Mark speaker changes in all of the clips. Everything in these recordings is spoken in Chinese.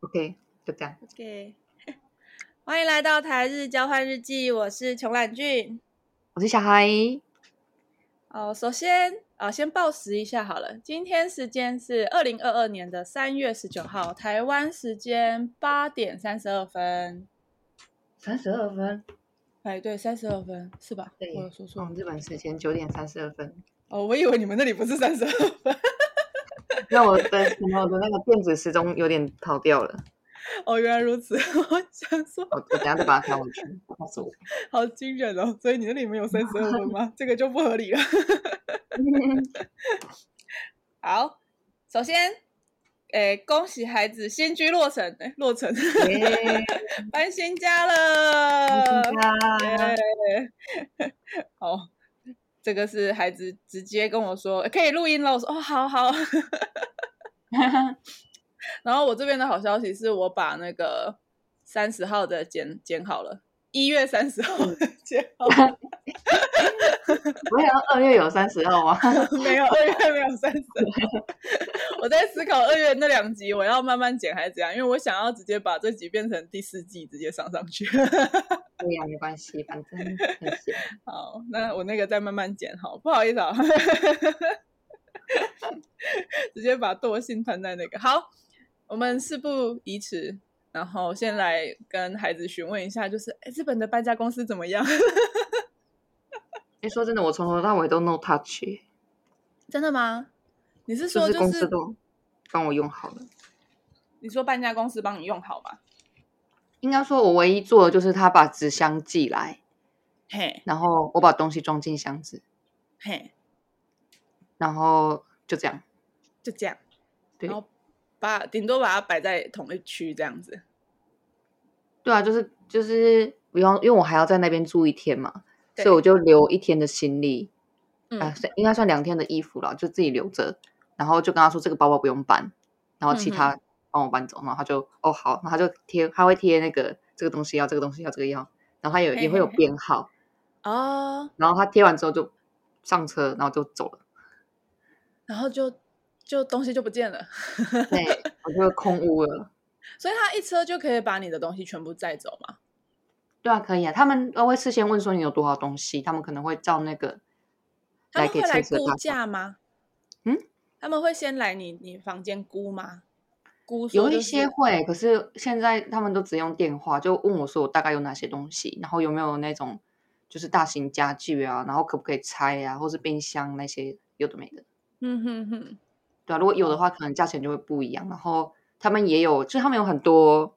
Speaker 1: OK，就这样。
Speaker 2: OK，欢迎来到台日交换日记，我是琼懒俊。
Speaker 1: 我是小孩，
Speaker 2: 哦，首先啊、先报时一下好了。今天时间是二零二二年的三月十九号，台湾时间八点三十二分。
Speaker 1: 三十二分，
Speaker 2: 哎，对，三十二分是吧？
Speaker 1: 对
Speaker 2: 我有说错
Speaker 1: 从
Speaker 2: 吗。
Speaker 1: 日本时间九点三十二分。
Speaker 2: 哦，我以为你们那里不是三十二分。
Speaker 1: 那我的可能我的那个电子时钟有点跑掉了，
Speaker 2: 哦，原来如此。 我想说，
Speaker 1: 我我等下再把它调回去。 告诉我，
Speaker 2: 好惊人哦！所以你那里没有三十二分吗？这个就不合理了。好，首先，诶，恭喜孩子新居落成，诶落成
Speaker 1: 耶，
Speaker 2: 搬新
Speaker 1: 大
Speaker 2: 家了。
Speaker 1: 家
Speaker 2: 耶好，这个是孩子直接跟我说诶可以录音了，我说哦，好好。 然后我这边的好消息是我把那个三十号的剪剪好了，一月三十号的剪好了。
Speaker 1: 我想到啊二月有三十 号啊，
Speaker 2: 没有二月没有三十， 我在思考二月那两集我要慢慢剪还是怎样，因为我想要直接把这集变成第四季直接上上去。
Speaker 1: 对呀，没关系，反正很闲。
Speaker 2: 好，那我那个再慢慢剪好，不好意思啊， 直接把惰性摊在那个。好，我们事不宜迟，然后先来跟孩子询问一下，就是哎，日本的搬家公司怎么样？
Speaker 1: 哎，说真的，我从头到尾都 no touch，耶
Speaker 2: 真的吗？你是
Speaker 1: 就
Speaker 2: 说
Speaker 1: 是
Speaker 2: 就
Speaker 1: 公
Speaker 2: 是
Speaker 1: 司都帮我用好了。
Speaker 2: 你说搬家公司帮你用好吗？
Speaker 1: 应该说，我唯一做的就是他把纸箱寄来，
Speaker 2: 嘿
Speaker 1: 然后我把东西装进箱子，
Speaker 2: 嘿，
Speaker 1: 然后就这样。
Speaker 2: 就这样。
Speaker 1: 对
Speaker 2: 然后把顶多把它摆在同一区这样子。
Speaker 1: 对啊，就是就是不用，因为我还要在那边住一天嘛，所以
Speaker 2: 对
Speaker 1: 我就留一天的行李，
Speaker 2: 嗯，
Speaker 1: 啊、算应该算两天的衣服啦，就自己留着。然后就跟他说这个包包不用搬，然
Speaker 2: 嗯
Speaker 1: 后其他帮我搬走。然后他就哦好，然后他就贴，他会贴那个这个东西要，这个东西要，这个要。然后他有
Speaker 2: 嘿
Speaker 1: 也会有
Speaker 2: 嘿嘿
Speaker 1: 编号，
Speaker 2: 哦，
Speaker 1: 然后他贴完之后就上车，然后就走了。
Speaker 2: 然后就就东西就不见了，
Speaker 1: 对， 我就空屋了。
Speaker 2: 所以他一车就可以把你的东西全部载走嘛。
Speaker 1: 对啊，可以啊。他们都会事先问说你有多少东西，他们可能会照那个
Speaker 2: 他们
Speaker 1: 给
Speaker 2: 会
Speaker 1: 车
Speaker 2: 来
Speaker 1: 子的
Speaker 2: 估
Speaker 1: 大小。
Speaker 2: 价吗？
Speaker 1: 嗯，
Speaker 2: 他们会先来你你房间估吗？估说
Speaker 1: 有一
Speaker 2: 就是
Speaker 1: 些会，可是现在他们都只用电话，就问我说我大概有哪些东西，然后有没有那种就是大型家具啊，然后可不可以拆啊，或是冰箱那些有的没的。
Speaker 2: 嗯哼哼，
Speaker 1: 对啊，如果有的
Speaker 2: 哦
Speaker 1: 话，可能价钱就会不一样。然后他们也有，就是他们有很多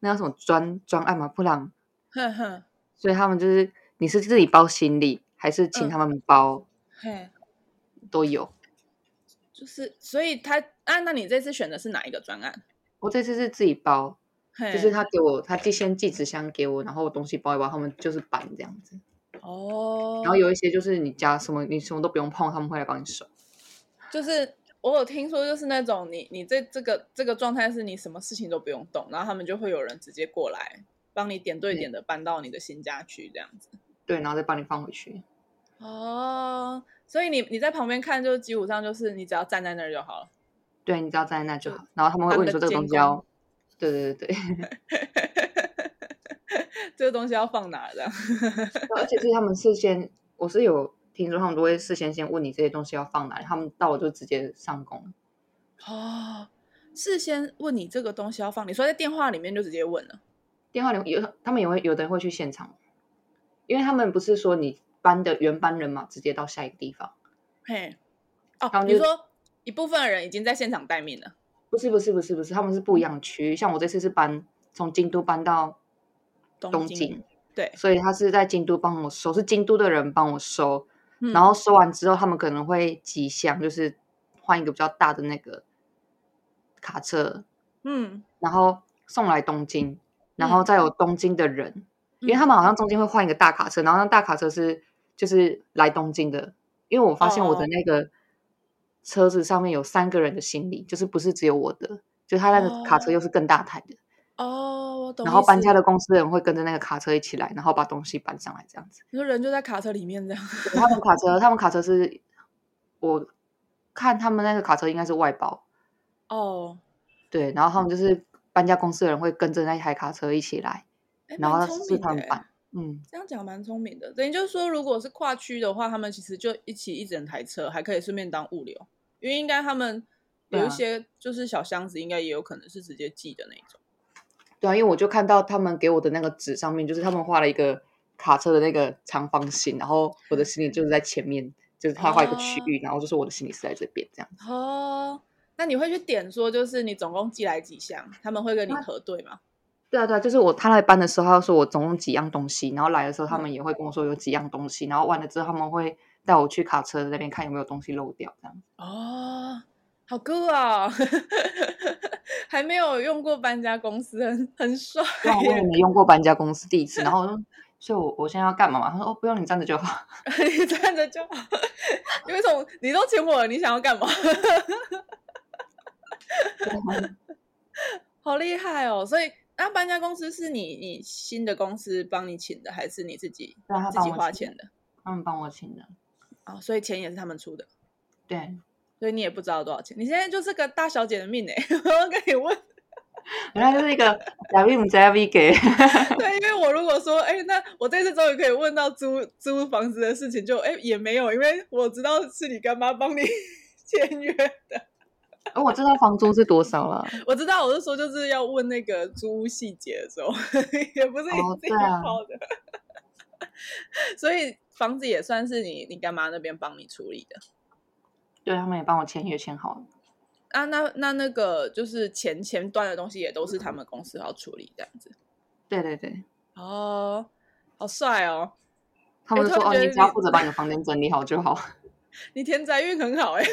Speaker 1: 那叫什么专专案嘛，布朗，
Speaker 2: 哼哼，
Speaker 1: 所以他们就是你是自己包行李，还是请
Speaker 2: 嗯
Speaker 1: 他们包，
Speaker 2: 嘿，
Speaker 1: 都有。
Speaker 2: 就是所以他啊，那你这次选的是哪一个专案？
Speaker 1: 我这次是自己包，
Speaker 2: 嘿，
Speaker 1: 就是他给我，他寄先寄纸箱给我，然后我东西包一包，他们就是搬这样子。
Speaker 2: 哦，
Speaker 1: 然后有一些就是你家什么你什么都不用碰，他们会来帮你收。
Speaker 2: 就是我有听说，就是那种你你这这个这个状态是你什么事情都不用动，然后他们就会有人直接过来帮你点对点的搬到你的新家去这样子。
Speaker 1: 对，然后再帮你放回去。
Speaker 2: 哦，所以你你在旁边看，就是基本上就是你只要站在那儿就好了。
Speaker 1: 对，你只要站在那就
Speaker 2: 就
Speaker 1: 好。然后他们会
Speaker 2: 当
Speaker 1: 问你
Speaker 2: 个
Speaker 1: 说这个
Speaker 2: 监
Speaker 1: 东西
Speaker 2: 工
Speaker 1: 要，对对对对，
Speaker 2: 这个东西要放哪儿这样？
Speaker 1: 而且是他们事先，我是有听说他们都会事先先问你这些东西要放哪里，他们到我就直接上工。
Speaker 2: 哦，事先问你这个东西要放，你说在电话里面就直接问了。
Speaker 1: 电话里有他们也会有的人会去现场，因为他们不是说你搬的原班人马直接到下一个地方，
Speaker 2: 嘿，
Speaker 1: 然
Speaker 2: 哦，
Speaker 1: 后
Speaker 2: 你
Speaker 1: 就
Speaker 2: 说一部分人已经在现场待命了。
Speaker 1: 不是不是不是不是，他们是不一样的区域。像我这次是搬从京都搬到
Speaker 2: 东
Speaker 1: 东
Speaker 2: 京
Speaker 1: 京，
Speaker 2: 对，
Speaker 1: 所以他是在京都帮我收，是京都的人帮我收，
Speaker 2: 嗯
Speaker 1: 然后收完之后，他们可能会集箱，就是换一个比较大的那个卡车，
Speaker 2: 嗯，
Speaker 1: 然后送来东京，然后
Speaker 2: 嗯
Speaker 1: 再有东京的人，因为
Speaker 2: 嗯
Speaker 1: 他们好像中间会换一个大卡车，然后那大卡车是就是来东京的，因为我发现我的
Speaker 2: 哦
Speaker 1: 那个车子上面有三个人的行李，就是不是只有我的，就他那个卡车又是更大台的，
Speaker 2: 哦，我懂意思。
Speaker 1: 然后搬家的公司的人会跟着那个卡车一起来，然后把东西搬上来这样子。
Speaker 2: 你说人就在卡车里面这样。
Speaker 1: 他们卡车，他们卡车是，我看他们那个卡车应该是外包，
Speaker 2: 哦，
Speaker 1: 对，然后他们就是搬家公司的人会跟着那台卡车一起来，
Speaker 2: 哎
Speaker 1: 然后
Speaker 2: 蛮
Speaker 1: 他
Speaker 2: 聪
Speaker 1: 是
Speaker 2: 明的
Speaker 1: 他们
Speaker 2: 欸
Speaker 1: 搬。嗯，
Speaker 2: 这样讲蛮聪明的，等于就是说，如果是跨区的话，他们其实就一起一整台车，还可以顺便当物流，因为应该他们
Speaker 1: 对啊
Speaker 2: 有一些就是小箱子，应该也有可能是直接寄的那一种。
Speaker 1: 对啊，因为我就看到他们给我的那个纸上面，就是他们画了一个卡车的那个长方形，然后我的行李就是在前面，就是他画一个区
Speaker 2: 哦
Speaker 1: 域，然后就是我的行李是在这边这样。
Speaker 2: 哦，那你会去点说，就是你总共寄来几箱，他们会跟你核对吗？
Speaker 1: 对啊，对啊，就是我他来搬的时候，他说我总共几样东西，然后来的时候他
Speaker 2: 嗯
Speaker 1: 们也会跟我说有几样东西，然后完了之后他们会带我去卡车那边看有没有东西漏掉，这样。
Speaker 2: 哦，好酷啊、哦！ 还没有用过搬家公司，很很帅。
Speaker 1: 对啊，我也没用过搬家公司第一次，然后我就所以我我现在要干嘛嘛？他说哦，不用你站着就好。
Speaker 2: 你站着就好， 有一种你都请我了，你想要干嘛？好厉害哦！所以那搬家公司是你你新的公司帮你请的，还是你自己
Speaker 1: 对啊，他
Speaker 2: 自
Speaker 1: 帮
Speaker 2: 己
Speaker 1: 我
Speaker 2: 花
Speaker 1: 请
Speaker 2: 钱的？
Speaker 1: 他们帮我请的。
Speaker 2: 哦，所以钱也是他们出的，
Speaker 1: 对，
Speaker 2: 所以你也不知道多少钱。你现在就是个大小姐的命哎、 我要跟你问，
Speaker 1: 原来就是一个 W W 给。
Speaker 2: 对，因为我如果说，哎、那我这次终于可以问到租租房子的事情就，哎也没有，因为我知道是你干妈帮你 签约，
Speaker 1: 而哦我知道房租是多少了。
Speaker 2: 我知道，我是说就是要问那个租屋细节的时候， 也不是你
Speaker 1: 哦
Speaker 2: 自己
Speaker 1: 对啊
Speaker 2: 报的， 所以房子也算是你你干妈那边帮你处理的
Speaker 1: 对他们也帮我签约签好了。
Speaker 2: 啊？那那那个就是前前端的东西也都是他们公司要处理这样子
Speaker 1: 对对对，
Speaker 2: 哦，好帅哦！
Speaker 1: 他
Speaker 2: 哎
Speaker 1: 们就
Speaker 2: 突
Speaker 1: 说
Speaker 2: 然
Speaker 1: 哦，
Speaker 2: 觉
Speaker 1: 你
Speaker 2: 得
Speaker 1: 只要
Speaker 2: 你
Speaker 1: 负责把你的房间整理好就 好。
Speaker 2: 你田宅运很好哎、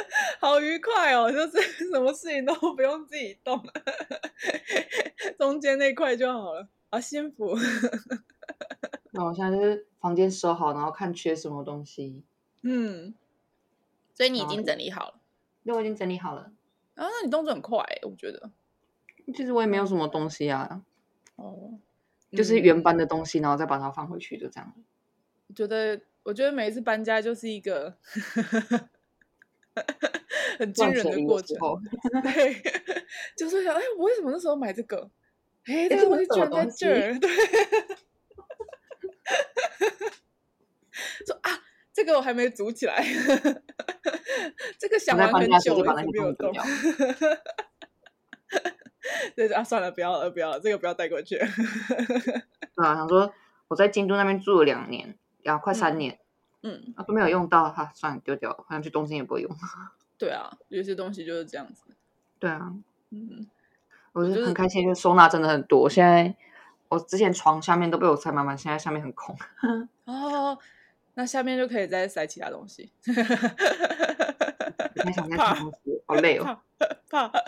Speaker 2: 好愉快哦，就是 什么事情都不用自己动， 中间那块就好了，好幸福。
Speaker 1: 那我现在就是房间收好，然后看缺什么东西。
Speaker 2: 嗯，所以你已
Speaker 1: 然后
Speaker 2: 经
Speaker 1: 就
Speaker 2: 整理好了
Speaker 1: 那我已经整理好了。
Speaker 2: 啊？那你动作很快、欸，我觉得。
Speaker 1: 其实我也没有什么东西啊，
Speaker 2: 哦，
Speaker 1: 就是原
Speaker 2: 版。
Speaker 1: 班的东西，然后再把它放回去，就这样。
Speaker 2: 觉得，我觉得每一次搬家就是一个 很惊
Speaker 1: 断
Speaker 2: 人
Speaker 1: 舍
Speaker 2: 的
Speaker 1: 离
Speaker 2: 过
Speaker 1: 的
Speaker 2: 程
Speaker 1: 时。候，
Speaker 2: 对，就是想，哎，我为什么那时候买这个？哎，这
Speaker 1: 这
Speaker 2: 个东
Speaker 1: 是什
Speaker 2: 西
Speaker 1: 么
Speaker 2: 居然在
Speaker 1: 东
Speaker 2: 这儿，对。说啊，这个我还没组起来， 这个想
Speaker 1: 在
Speaker 2: 玩
Speaker 1: 搬
Speaker 2: 很
Speaker 1: 家时
Speaker 2: 久
Speaker 1: 就把
Speaker 2: 了，
Speaker 1: 那
Speaker 2: 一直
Speaker 1: 些
Speaker 2: 没有
Speaker 1: 东
Speaker 2: 动
Speaker 1: 西。
Speaker 2: 对啊，算了，不要了，不要了，这个不要带过去。
Speaker 1: 对啊，想说我在京都那边住了两年，然后快三
Speaker 2: 嗯
Speaker 1: 年，
Speaker 2: 嗯，
Speaker 1: 啊都没有用到，哈、算了丢掉，反正去东京也不会用。
Speaker 2: 对啊，有些东西就是这样子。
Speaker 1: 对啊，
Speaker 2: 嗯，
Speaker 1: 我
Speaker 2: 就
Speaker 1: 就是很开心，就收纳真的很多。我现在我之前床下面都被我塞满满，现在下面很空。
Speaker 2: 哦，那下面就可以再塞其他东西。
Speaker 1: 我在想再
Speaker 2: 怕
Speaker 1: 吃东西，好累哦。
Speaker 2: 怕怕，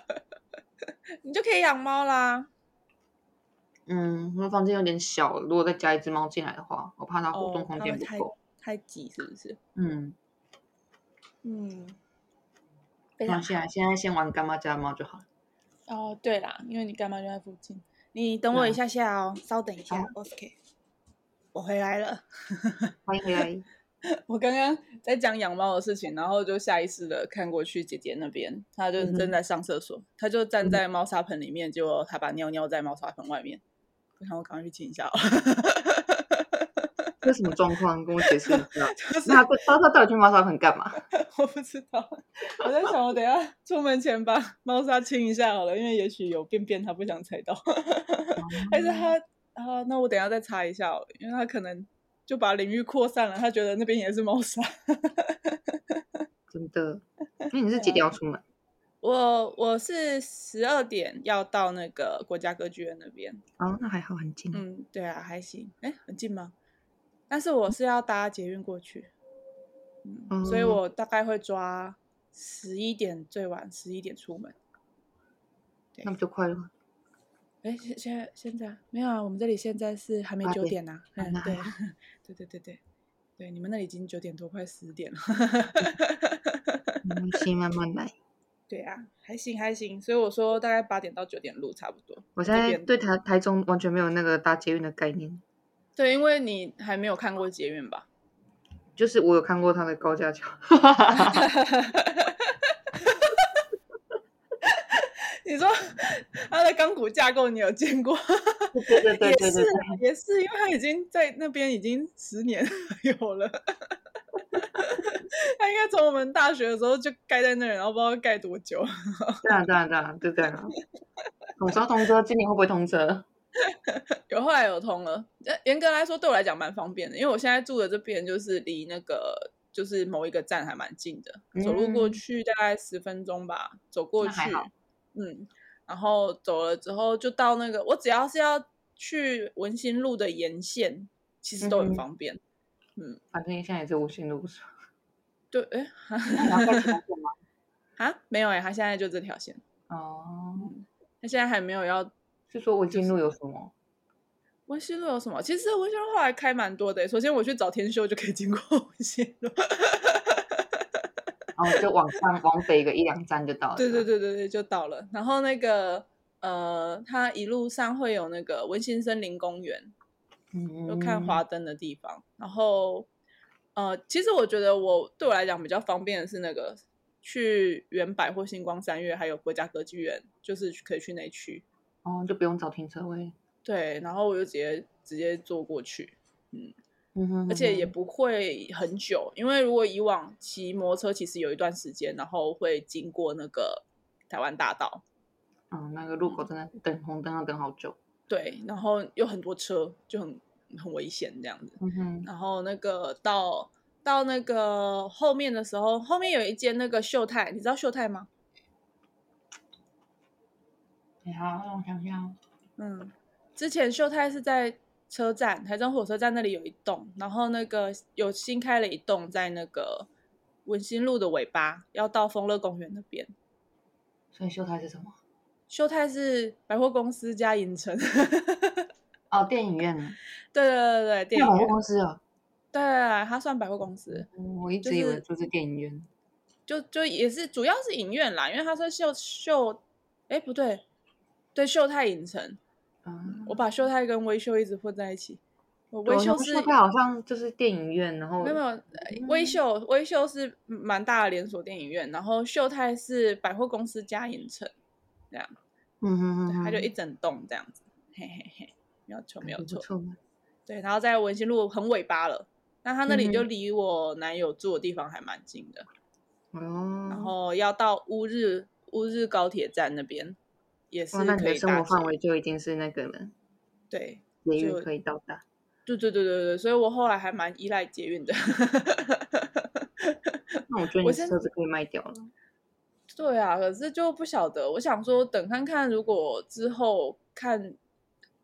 Speaker 2: 你就可以养猫啦。
Speaker 1: 嗯，我房间有点小，如果再加一只猫进来的话，我怕它活动
Speaker 2: 哦，
Speaker 1: 空
Speaker 2: 它
Speaker 1: 间
Speaker 2: 会
Speaker 1: 不
Speaker 2: 太
Speaker 1: 够。
Speaker 2: 太挤是不是？
Speaker 1: 嗯，
Speaker 2: 嗯，非
Speaker 1: 那
Speaker 2: 常
Speaker 1: 现在现在先玩干妈家的猫就好了。
Speaker 2: 哦，对啦，因为你干嘛就在附近。你等我一
Speaker 1: 嗯
Speaker 2: 下下哦，稍等一下
Speaker 1: 好
Speaker 2: ，OK。我回来了，
Speaker 1: 欢迎回来。
Speaker 2: 我刚刚在讲养猫的事情，然后就下意识的看过去姐姐那边，她就
Speaker 1: 嗯哼
Speaker 2: 正在上厕所，她就站
Speaker 1: 嗯
Speaker 2: 在猫砂盆里面，结果她把尿尿在猫砂盆外面。我想我赶快去清一下哦，
Speaker 1: 这什么状况？跟我解释一下。
Speaker 2: 就是
Speaker 1: 那它它它到底去猫砂盆干嘛？
Speaker 2: 我不知道，我在想，我等一下出门前把猫砂清一下好了，因为也许有便便它不想踩到，还是它啊？那我等一下再擦一下好了，因为它可能就把领域扩散了，它觉得那边也是猫砂。
Speaker 1: 真的？那你是几点要出门？
Speaker 2: 我我是十二点要到那个国家歌剧院那边，
Speaker 1: 哦，那还好，很近。
Speaker 2: 嗯，对啊，还行，哎，很近吗？但是我是要搭捷运过去，嗯，所以
Speaker 1: 嗯
Speaker 2: 我大概会抓十一点，最晚十一点出门。
Speaker 1: 那不就快了？
Speaker 2: 哎，现现在现在没有啊，我们这里现在是还没
Speaker 1: 八
Speaker 2: 九
Speaker 1: 点
Speaker 2: 点呐、
Speaker 1: 哦
Speaker 2: 嗯
Speaker 1: 那，还
Speaker 2: 对，对对对对对，你们那里已经九点多，快十点了。
Speaker 1: 没关系，慢慢来。
Speaker 2: 对啊，还行还行，所以我说大概八点到九点录差不多。
Speaker 1: 我现
Speaker 2: 这
Speaker 1: 在
Speaker 2: 边
Speaker 1: 对台台中完全没有那个搭捷运的概念，
Speaker 2: 对，因为你还没有看过捷运吧？
Speaker 1: 就是我有看过它的高架桥，
Speaker 2: 你说 它的钢骨架构你有见过？
Speaker 1: 对对对对对
Speaker 2: 也是
Speaker 1: 对
Speaker 2: 啊，也是，因为他已经在那边已经十年有了。 他应该从我们大学的时候就盖在那里，然后不知道盖多久。
Speaker 1: 对啊对啊对啊对对啊！我知道通车，今年会不会通车？
Speaker 2: 有后来有通了，呃严格来说对我来讲蛮方便的，因为我现在住的这边就是离那个就是某一个站还蛮近的，走路过
Speaker 1: 嗯
Speaker 2: 去大概十分钟吧，走过
Speaker 1: 那
Speaker 2: 去
Speaker 1: 还好，
Speaker 2: 嗯，然后走了之后就到那个，我只要是要去文心路的沿线，其实都
Speaker 1: 嗯
Speaker 2: 很
Speaker 1: 哼
Speaker 2: 方便。
Speaker 1: 嗯反正现在也是无线路，是吧
Speaker 2: 对，哎，
Speaker 1: 那你要再去那边吗？
Speaker 2: 啊，没有哎、他现在就这条线，
Speaker 1: 哦，
Speaker 2: 他现在还没有要
Speaker 1: 是说文心路有什么？
Speaker 2: 文心路有什么？其实文心路后来开蛮多的欸、首先我去找天秀就可以经过文心路，
Speaker 1: 然后就往上往北个一两站就到了。
Speaker 2: 对对
Speaker 1: 对，
Speaker 2: 对对对，就到了。然后那个呃，它一路上会有那个文心森林公园，
Speaker 1: 嗯，
Speaker 2: 就看华灯的地方。然后呃，其实我觉得我对我来讲比较方便的是那个去原百或星光三月，还有国家歌剧院，就是去可以去那区。
Speaker 1: 哦，就不用找停车位。
Speaker 2: 对，然后我就直接直接坐过去。
Speaker 1: 嗯哼，
Speaker 2: 而且也
Speaker 1: 嗯哼
Speaker 2: 不会很久，因为如果以往骑摩托车，其实有一段时间，然后会经过那个台湾大道，
Speaker 1: 嗯，那个路口真的等红灯要等好久。
Speaker 2: 对，然后有很多车，就很很危险这样子。
Speaker 1: 嗯哼，
Speaker 2: 然后那个到到那个后面的时候，后面有一间那个秀泰，你知道秀泰吗？
Speaker 1: 你哎好，让我想想。
Speaker 2: 嗯，之前秀泰是在车站，台中火车站那里有一栋，然后那个有新开了一栋在那个文心路的尾巴，要到丰乐公园那边。
Speaker 1: 所以秀台是什么？
Speaker 2: 秀泰是百货公司加影城， 对
Speaker 1: 哦，电影院。
Speaker 2: 对对对，电
Speaker 1: 那
Speaker 2: 影
Speaker 1: 百货
Speaker 2: 院，
Speaker 1: 公司啊。
Speaker 2: 对对对，它算百货公司，
Speaker 1: 嗯我一
Speaker 2: 就
Speaker 1: 直以为
Speaker 2: 是
Speaker 1: 就是电影院。
Speaker 2: 就就也是主要是影院啦，因为它是秀秀，哎不对，对秀泰影城，
Speaker 1: 嗯，
Speaker 2: 我把秀泰跟微秀一直混在一起，我微
Speaker 1: 对
Speaker 2: 秀
Speaker 1: 我
Speaker 2: 是
Speaker 1: 哦想说秀泰好像就是电影院，然后嗯
Speaker 2: 没有没有，呃微秀微秀是蛮大的连锁电影院，然后秀泰是百货公司加影城，这样，
Speaker 1: 嗯哼
Speaker 2: 对
Speaker 1: 哼哼，嗯
Speaker 2: 它就一整栋这样子，嘿嘿嘿，没有错没有
Speaker 1: 不
Speaker 2: 错。
Speaker 1: 错。
Speaker 2: 对，然后在文心路很尾巴了，那他那里就
Speaker 1: 嗯哼
Speaker 2: 离我男友住的地方还蛮近的，
Speaker 1: 哦，
Speaker 2: 然后要到乌日乌日高铁站那边也是
Speaker 1: 哇，哦那你
Speaker 2: 可
Speaker 1: 的
Speaker 2: 以
Speaker 1: 生
Speaker 2: 搭
Speaker 1: 活范
Speaker 2: 车。
Speaker 1: 围就已经是那个了，
Speaker 2: 对，
Speaker 1: 捷
Speaker 2: 就
Speaker 1: 运可以到达。
Speaker 2: 对对对对对，所以我后来还蛮依赖捷运的。
Speaker 1: 那我觉得
Speaker 2: 我
Speaker 1: 你
Speaker 2: 现
Speaker 1: 车子可以卖掉了。
Speaker 2: 对啊，可是就不晓得，我想说等看看，如果之后看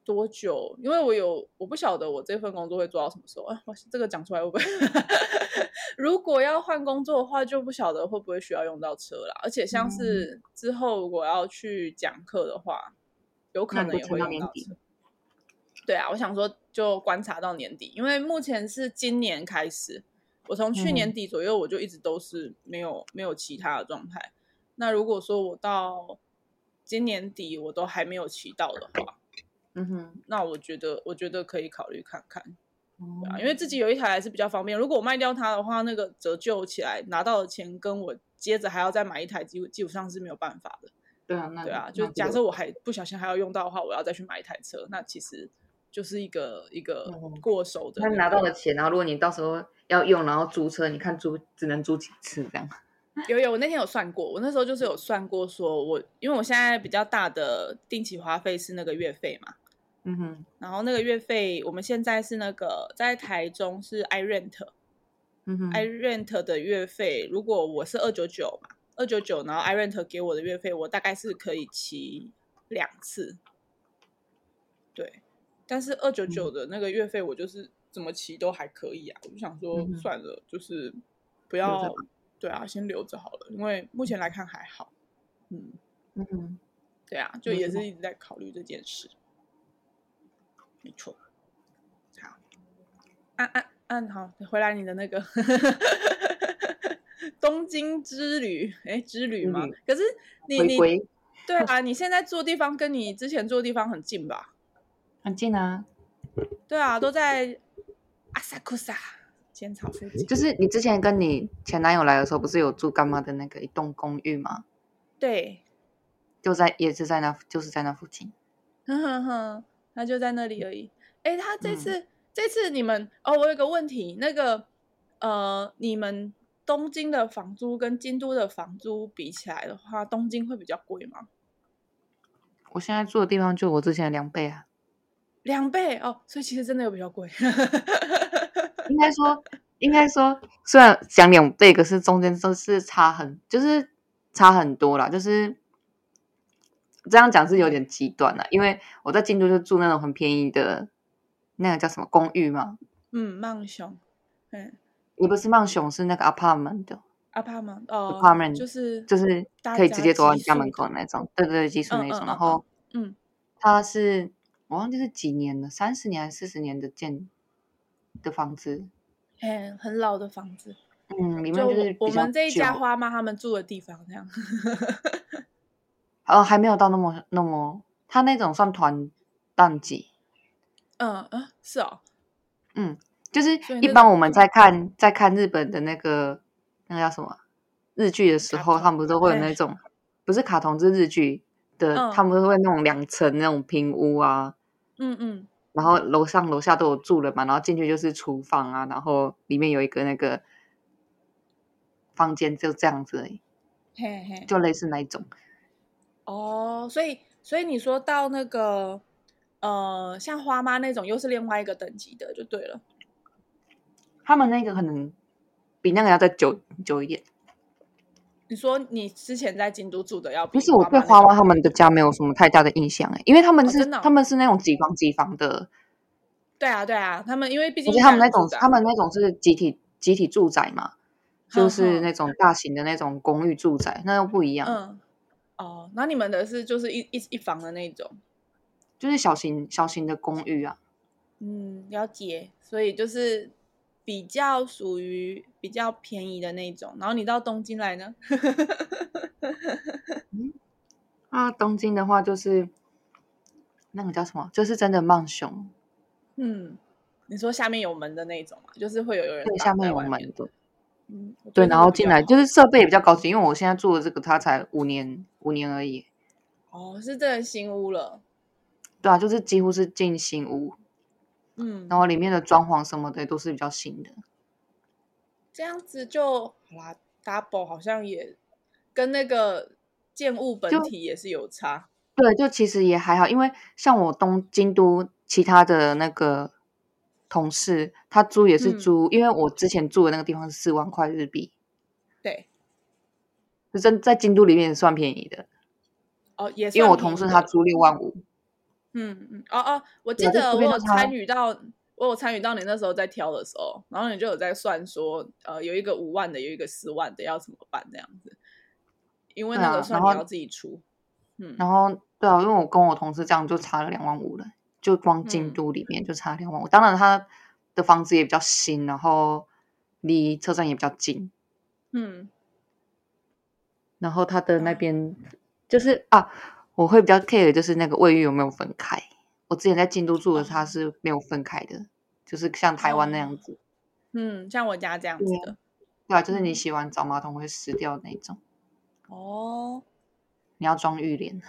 Speaker 2: 多久，因为我有我不晓得我这份工作会做到什么时候啊。我这个讲出来会不会？ 如果要换工作的话，就不晓得会不会需要用到车啦。而且
Speaker 1: 嗯
Speaker 2: 像是之后如果要去讲课的话，有可
Speaker 1: 那你
Speaker 2: 能
Speaker 1: 就
Speaker 2: 也
Speaker 1: 撑
Speaker 2: 会
Speaker 1: 到
Speaker 2: 用
Speaker 1: 年
Speaker 2: 到
Speaker 1: 底
Speaker 2: 车。对啊，我想说就观察到年底，因为目前是今年开始，我从去年
Speaker 1: 嗯
Speaker 2: 底左右我就一直都是没有没有其他的状态。那如果说我到今年底我都还没有骑到的话，
Speaker 1: 嗯哼，
Speaker 2: 那我觉得我觉得可以考虑看看，对啊，
Speaker 1: 哦
Speaker 2: 因为自己有一台还是比较方便。如果我卖掉它的话，那个折旧起来拿到的钱跟我接着还要再买一台，基本基本上是没有办法的，
Speaker 1: 对啊，那
Speaker 2: 对啊。
Speaker 1: 那
Speaker 2: 就
Speaker 1: 这
Speaker 2: 假
Speaker 1: 个
Speaker 2: 设我还不小心还要用到的话，我要再去买一台车，那其实就是一个一个
Speaker 1: 嗯
Speaker 2: 过手的、
Speaker 1: 那你拿到了钱，然后如果你到时候要用，然后租车，你看租只能租几次这样。
Speaker 2: 有有，我那天有算过，我那时候就是有算过，说我因为我现在比较大的定期花费是那个月费嘛。
Speaker 1: 嗯哼，
Speaker 2: 然后那个月费，我们现在是那个在台中是 iRent，iRent
Speaker 1: 嗯哼，
Speaker 2: 哎的月费，如果我是二九九嘛，二九九，然后 iRent 给我的月费，我大概是可以骑两次，对。但是二九
Speaker 1: 嗯
Speaker 2: 九的那个月费，我就是怎么骑都还可以啊，我就想说
Speaker 1: 嗯哼
Speaker 2: 算了，就是不
Speaker 1: 着
Speaker 2: 要
Speaker 1: 吧，
Speaker 2: 对啊，先留着好了，因为目前来看还好，嗯，
Speaker 1: 嗯哼，
Speaker 2: 对啊，就
Speaker 1: 没
Speaker 2: 也
Speaker 1: 错
Speaker 2: 是一直在考虑这件事。没错。好，按按按好，回来你的那个东京之旅，哎，之旅吗
Speaker 1: 之旅？
Speaker 2: 可是你
Speaker 1: 回
Speaker 2: 你
Speaker 1: 归
Speaker 2: 对啊，你现在住的地方跟你之前住的地方很近吧？
Speaker 1: 很近啊，
Speaker 2: 对啊，都在阿萨库萨浅草附近。
Speaker 1: 就是你之前跟你前男友来的时候，不是有住干妈的那个一栋公寓吗？
Speaker 2: 对，
Speaker 1: 就在也是在那就是在那附近。
Speaker 2: 哼哼哼，他就在那里而已。哎，他
Speaker 1: 嗯
Speaker 2: 这次、这次你们哦，我有个问题，那个呃，你们东京的房租跟京都的房租比起来的话，东京会比较贵吗？
Speaker 1: 我现在住的地方就我之前的两倍啊，
Speaker 2: 两倍哦，所以其实真的有比较贵。
Speaker 1: 应该说应该说，虽然讲两倍，可是中间都是差很，就是差很多啦，就是。这样讲是有点极端了，因为我在京都就住那种很便宜的，那个叫什么公寓嘛，
Speaker 2: 嗯，曼雄，嗯
Speaker 1: 也不是曼雄，是那个 apartment 的，
Speaker 2: ，apartment 哦
Speaker 1: Apartment，
Speaker 2: 就是
Speaker 1: 就是
Speaker 2: 大
Speaker 1: 可以直接走到你
Speaker 2: 寄
Speaker 1: 家
Speaker 2: 宿
Speaker 1: 门口
Speaker 2: 的
Speaker 1: 的那种，对对对，寄宿那
Speaker 2: 嗯
Speaker 1: 一
Speaker 2: 嗯
Speaker 1: 种。
Speaker 2: 嗯
Speaker 1: 然后
Speaker 2: 嗯
Speaker 1: 它是我忘记是几年了，三十年还是四十年的建的房子，
Speaker 2: 嘿，很老的房子，
Speaker 1: 嗯，里面
Speaker 2: 就我
Speaker 1: 是
Speaker 2: 我
Speaker 1: 比较
Speaker 2: 们这一家
Speaker 1: 旧
Speaker 2: 花妈他们住的地方这样。
Speaker 1: 呃还没有到那么那么，它那种算团淡季，
Speaker 2: 嗯嗯，是哦，
Speaker 1: 嗯，就是
Speaker 2: 所以
Speaker 1: 一
Speaker 2: 那
Speaker 1: 般
Speaker 2: 种
Speaker 1: 我们在看在看日本的那个那个叫什么日剧的时
Speaker 2: 卡
Speaker 1: 候，他
Speaker 2: 通
Speaker 1: 们不是会有那
Speaker 2: 哎
Speaker 1: 种不是卡通，是日剧的，他
Speaker 2: 嗯
Speaker 1: 们会那种两层那种平屋啊，
Speaker 2: 嗯嗯，
Speaker 1: 然后楼上楼下都有住人嘛，然后进去就是厨房啊，然后里面有一个那个房间，就这样子而已，
Speaker 2: 嘿嘿，
Speaker 1: 就类似那一种。
Speaker 2: 哦，所以所以你说到那个呃，像花妈那种又是另外一个等级的就对了。
Speaker 1: 他们那个可能比那个要再久久一点。
Speaker 2: 你说你之前在京都住的要
Speaker 1: 其
Speaker 2: 比
Speaker 1: 实我
Speaker 2: 花
Speaker 1: 对
Speaker 2: 妈那
Speaker 1: 花
Speaker 2: 种
Speaker 1: 花他们的家没有什么太大的印象诶，欸因为他们
Speaker 2: 哦，
Speaker 1: 是、
Speaker 2: 真的哦、
Speaker 1: 他们是那种几房几房的，
Speaker 2: 对啊对啊，他们因为毕
Speaker 1: 而
Speaker 2: 竟
Speaker 1: 且
Speaker 2: 一
Speaker 1: 他
Speaker 2: 家
Speaker 1: 们那
Speaker 2: 人住
Speaker 1: 种
Speaker 2: 的啊、
Speaker 1: 他们那种是集体集体住宅嘛，就
Speaker 2: 哼
Speaker 1: 是
Speaker 2: 哼
Speaker 1: 那种大型的那种公寓住宅，那又不一样，
Speaker 2: 嗯，哦，那你们的是就是一一一房的那种，
Speaker 1: 就是小型小型的公寓啊。
Speaker 2: 嗯，了解，所以就是比较属于比较便宜的那种。然后你到东京来呢，
Speaker 1: 那东京的话就是那个叫什么，就是真的曼熊，
Speaker 2: 嗯，你说下面有门的那种嘛，就是会有有人
Speaker 1: 对，
Speaker 2: 挡
Speaker 1: 下面
Speaker 2: 在
Speaker 1: 有
Speaker 2: 外
Speaker 1: 门
Speaker 2: 面
Speaker 1: 的
Speaker 2: 的，，嗯，我觉
Speaker 1: 对，
Speaker 2: 得那
Speaker 1: 然
Speaker 2: 个
Speaker 1: 后
Speaker 2: 比
Speaker 1: 进
Speaker 2: 较
Speaker 1: 来
Speaker 2: 好。
Speaker 1: 就是设备也比较高级，因为我现在住的这个它才五年五年而已，
Speaker 2: 哦，是真的新屋了，
Speaker 1: 对啊，就是几乎是进新屋，然
Speaker 2: 嗯，
Speaker 1: 后里面的装潢什么的也都是比较新的，
Speaker 2: 这样子就好啦，double 好像也跟那个建物本
Speaker 1: 就
Speaker 2: 体也是有差，
Speaker 1: 对，就其实也还好，因为像我东京都其他的那个同事，他租也是
Speaker 2: 嗯，
Speaker 1: 租，因为我之前住的那个地方是四万块日币，
Speaker 2: 对，
Speaker 1: 是真在京都里面算便宜的，
Speaker 2: 哦，也
Speaker 1: 因为我
Speaker 2: 算便
Speaker 1: 同
Speaker 2: 宜
Speaker 1: 事他
Speaker 2: 的。
Speaker 1: 租六万五，
Speaker 2: 嗯嗯，哦哦，我
Speaker 1: 对
Speaker 2: 记
Speaker 1: 啊，就
Speaker 2: 得
Speaker 1: 普
Speaker 2: 我
Speaker 1: 遍
Speaker 2: 有
Speaker 1: 都
Speaker 2: 参
Speaker 1: 差，
Speaker 2: 与到，我有参与到你那时候在挑的时候，然后你就有在算说，呃，有一个五万的，有一个十万的，要怎么办这样子，因为
Speaker 1: 对
Speaker 2: 那
Speaker 1: 啊，
Speaker 2: 个
Speaker 1: 然
Speaker 2: 算你要
Speaker 1: 后
Speaker 2: 自己出，嗯
Speaker 1: 然后对啊，因为我跟我同事这样就差了两万五了，就光京
Speaker 2: 嗯
Speaker 1: 都里面就差两万五。当然，他的房子也比较新，然后离车站也比较近，
Speaker 2: 嗯
Speaker 1: 然后他的那
Speaker 2: 啊
Speaker 1: 边就是啊，我会比较 care 就是那个卫浴有没有分开。我之前在京都住的，它
Speaker 2: 哦
Speaker 1: 是没有分开的，就是像台湾那
Speaker 2: 哦，
Speaker 1: 样子。
Speaker 2: 嗯，像我家这样
Speaker 1: 对
Speaker 2: 子
Speaker 1: 啊，
Speaker 2: 的，
Speaker 1: 对啊，就是你
Speaker 2: 嗯
Speaker 1: 洗完澡马桶会湿掉那种，
Speaker 2: 哦，
Speaker 1: 你要装浴帘。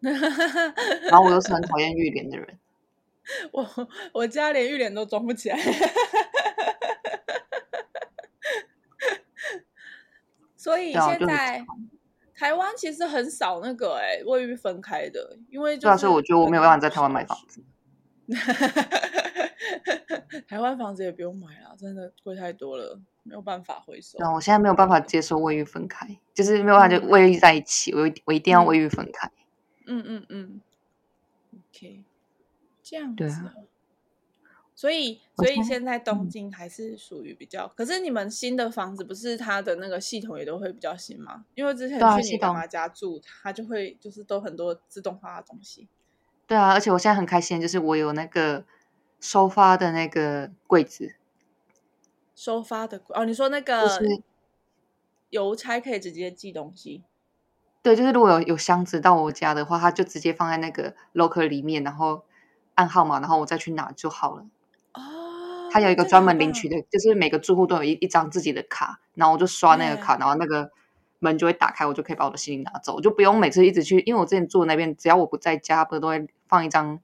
Speaker 1: 然后我又是很讨厌浴帘的 人，
Speaker 2: 我我家连浴帘都装不起来，所以
Speaker 1: 对啊，我
Speaker 2: 现
Speaker 1: 就很
Speaker 2: 在台湾其实很少那个哎、卫浴分开的，因为
Speaker 1: 对
Speaker 2: 就
Speaker 1: 啊，所以我
Speaker 2: 是
Speaker 1: 觉得我
Speaker 2: 可
Speaker 1: 没有办法
Speaker 2: 能
Speaker 1: 在台湾买
Speaker 2: 少
Speaker 1: 房
Speaker 2: 数。
Speaker 1: 子。
Speaker 2: 台湾房子也不用买了，真的贵太多了，没有办法回
Speaker 1: 对
Speaker 2: 收。
Speaker 1: 啊，我现在没有办法接受卫浴分开，就是没有办法就
Speaker 2: 嗯
Speaker 1: 卫浴在一起，我一我一定要卫
Speaker 2: 嗯
Speaker 1: 浴分开。
Speaker 2: 嗯嗯嗯，OK，这样
Speaker 1: 对
Speaker 2: 子
Speaker 1: 啊，
Speaker 2: 哦。所以，
Speaker 1: 我
Speaker 2: 所
Speaker 1: 现
Speaker 2: 以
Speaker 1: 在
Speaker 2: 现在东
Speaker 1: 嗯，
Speaker 2: 京还是属于比较，可是你们新的房子不是它的那个系统也都会比较新吗？因为之前
Speaker 1: 对啊，
Speaker 2: 去
Speaker 1: 系
Speaker 2: 你妈妈
Speaker 1: 统
Speaker 2: 家住，它就会就是都很多自动化的东西。
Speaker 1: 对啊，而且我现在很开心，就是我有那个收发的那个柜子，
Speaker 2: 收发的哦，你说那
Speaker 1: 就是
Speaker 2: 个邮差可以直接寄东西，
Speaker 1: 对，就是如果有有箱子到我家的话，它就直接放在那个 locker 里面，然后按号码，然后我再去拿就好了。它有一
Speaker 2: 哦，
Speaker 1: 个
Speaker 2: 这个
Speaker 1: 专
Speaker 2: 好
Speaker 1: 门领
Speaker 2: 棒，
Speaker 1: 取的，就是每个住户都有一一张自己的卡，然后我就刷那个
Speaker 2: 哎，
Speaker 1: 卡，然后那个。门就会打开，我就可以把我的行李拿走，我就不用每次一直去，因为我之前住的那边，只要我不在家，不是都会放一张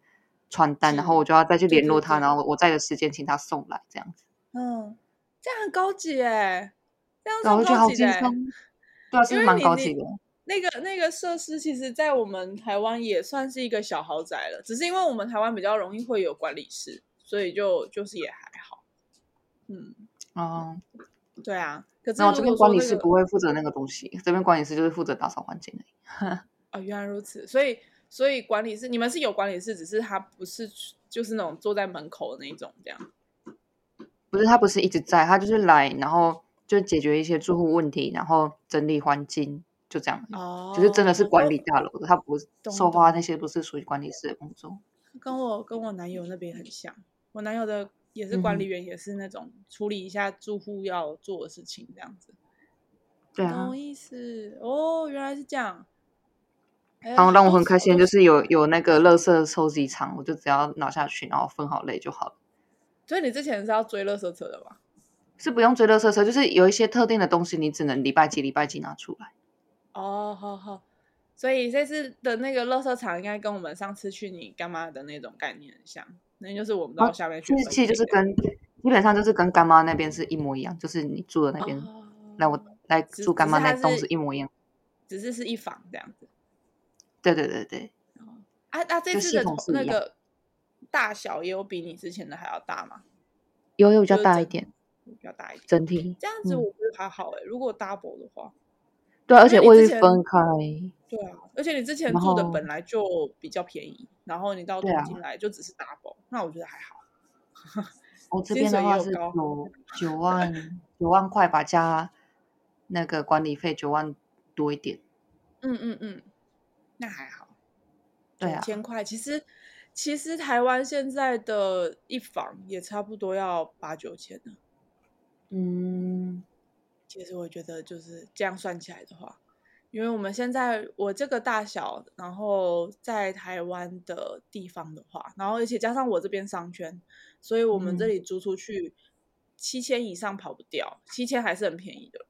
Speaker 1: 传单，
Speaker 2: 是
Speaker 1: 然后我就要再去
Speaker 2: 对
Speaker 1: 联络
Speaker 2: 对
Speaker 1: 他，
Speaker 2: 对
Speaker 1: 然后我在的时间请他送来这样子，
Speaker 2: 嗯，这样很高级哎，这样
Speaker 1: 对啊，我就觉得好
Speaker 2: 算高级
Speaker 1: 轻
Speaker 2: 的欸。
Speaker 1: 松，对啊，
Speaker 2: 因
Speaker 1: 是
Speaker 2: 为
Speaker 1: 蛮
Speaker 2: 你
Speaker 1: 高
Speaker 2: 你
Speaker 1: 级的，
Speaker 2: 那个那个设施，其实，在我们台湾也算是一个小豪宅了，只是因为我们台湾比较容易会有管理室，所以就就是也还好。嗯，
Speaker 1: 哦、
Speaker 2: 对啊。可是
Speaker 1: 那我
Speaker 2: 如
Speaker 1: 这
Speaker 2: 果
Speaker 1: 边
Speaker 2: 说
Speaker 1: 管理
Speaker 2: 那
Speaker 1: 师
Speaker 2: 个
Speaker 1: 不会负责那个东西，这边管理师就是负责打扫环境而已。
Speaker 2: 啊、原来如此，所以所以管理室你们是有管理室，只是它不是就是那种坐在门口的那一种这样。
Speaker 1: 不是他不是一直在，他就是来，然后就解决一些住户问题，然后整理环境，就这样。
Speaker 2: 哦
Speaker 1: 就是真的是管理
Speaker 2: 哦
Speaker 1: 大楼的，他不是
Speaker 2: 懂
Speaker 1: 收花
Speaker 2: 懂
Speaker 1: 那些，不是属于管理室的工作。
Speaker 2: 跟我跟我男友那边很像，我男友的也是
Speaker 1: 嗯
Speaker 2: 管
Speaker 1: 哼
Speaker 2: 理员，也是那种处理一下住户要做的事情这样子。
Speaker 1: 对啊
Speaker 2: 懂，意思哦，原来是这样。哎
Speaker 1: 然后哦让我
Speaker 2: 都
Speaker 1: 很开
Speaker 2: 我
Speaker 1: 心的
Speaker 2: 都
Speaker 1: 就是有有那个垃圾收集场，我就只要拿下去，然后分好类就好了。
Speaker 2: 所以你之前是要追垃圾车的吧？
Speaker 1: 是不用追垃圾车，就是有一些特定的东西，你只能礼拜几礼拜几拿出来。
Speaker 2: 哦，好好。所以这次的那个垃圾场应该跟我们上次去你干妈的那种概念很像，那就是我们到
Speaker 1: 哦
Speaker 2: 下面去
Speaker 1: 其
Speaker 2: 分
Speaker 1: 实其实就是
Speaker 2: 类的
Speaker 1: 跟基本上就是跟干妈那边是一模一样，就是你住的那边，来我
Speaker 2: 哦
Speaker 1: 来
Speaker 2: 只
Speaker 1: 住干
Speaker 2: 只
Speaker 1: 妈
Speaker 2: 是
Speaker 1: 那
Speaker 2: 它
Speaker 1: 栋
Speaker 2: 是
Speaker 1: 是一模一样。
Speaker 2: 只是是一房这样子。
Speaker 1: 对对对对。
Speaker 2: 啊啊，这
Speaker 1: 就
Speaker 2: 次
Speaker 1: 系
Speaker 2: 的
Speaker 1: 统
Speaker 2: 同
Speaker 1: 是一
Speaker 2: 那
Speaker 1: 样
Speaker 2: 个大小也有比你之前的还要大吗？
Speaker 1: 有有比较
Speaker 2: 就是
Speaker 1: 大
Speaker 2: 整
Speaker 1: 一点，
Speaker 2: 比较大一点。
Speaker 1: 整体
Speaker 2: 这样子
Speaker 1: 嗯
Speaker 2: 我觉得还好哎、如果 double 的话，
Speaker 1: 对，而
Speaker 2: 因为
Speaker 1: 且
Speaker 2: 你
Speaker 1: 我
Speaker 2: 之
Speaker 1: 也
Speaker 2: 前
Speaker 1: 是分开，
Speaker 2: 对啊，而且你之前
Speaker 1: 然
Speaker 2: 住的
Speaker 1: 后
Speaker 2: 本来就比较便宜，然后你到
Speaker 1: 对
Speaker 2: 东
Speaker 1: 啊
Speaker 2: 京来就只是 double，那我觉得还好。
Speaker 1: 我这
Speaker 2: 薪
Speaker 1: 边的
Speaker 2: 水也
Speaker 1: 话
Speaker 2: 有
Speaker 1: 是
Speaker 2: 高
Speaker 1: 九九万九万块吧，加那个管理费九万多一点，
Speaker 2: 嗯嗯嗯，那还好。
Speaker 1: 对啊
Speaker 2: 千块其实其实台湾现在的一房也差不多要八九千了。
Speaker 1: 嗯，
Speaker 2: 其实我觉得就是这样算起来的话，因为我们现在我这个大小，然后在台湾的地方的话，然后而且加上我这边商圈，所以我们这
Speaker 1: 嗯
Speaker 2: 里租出去七千以上跑不掉，七千还是很便宜的。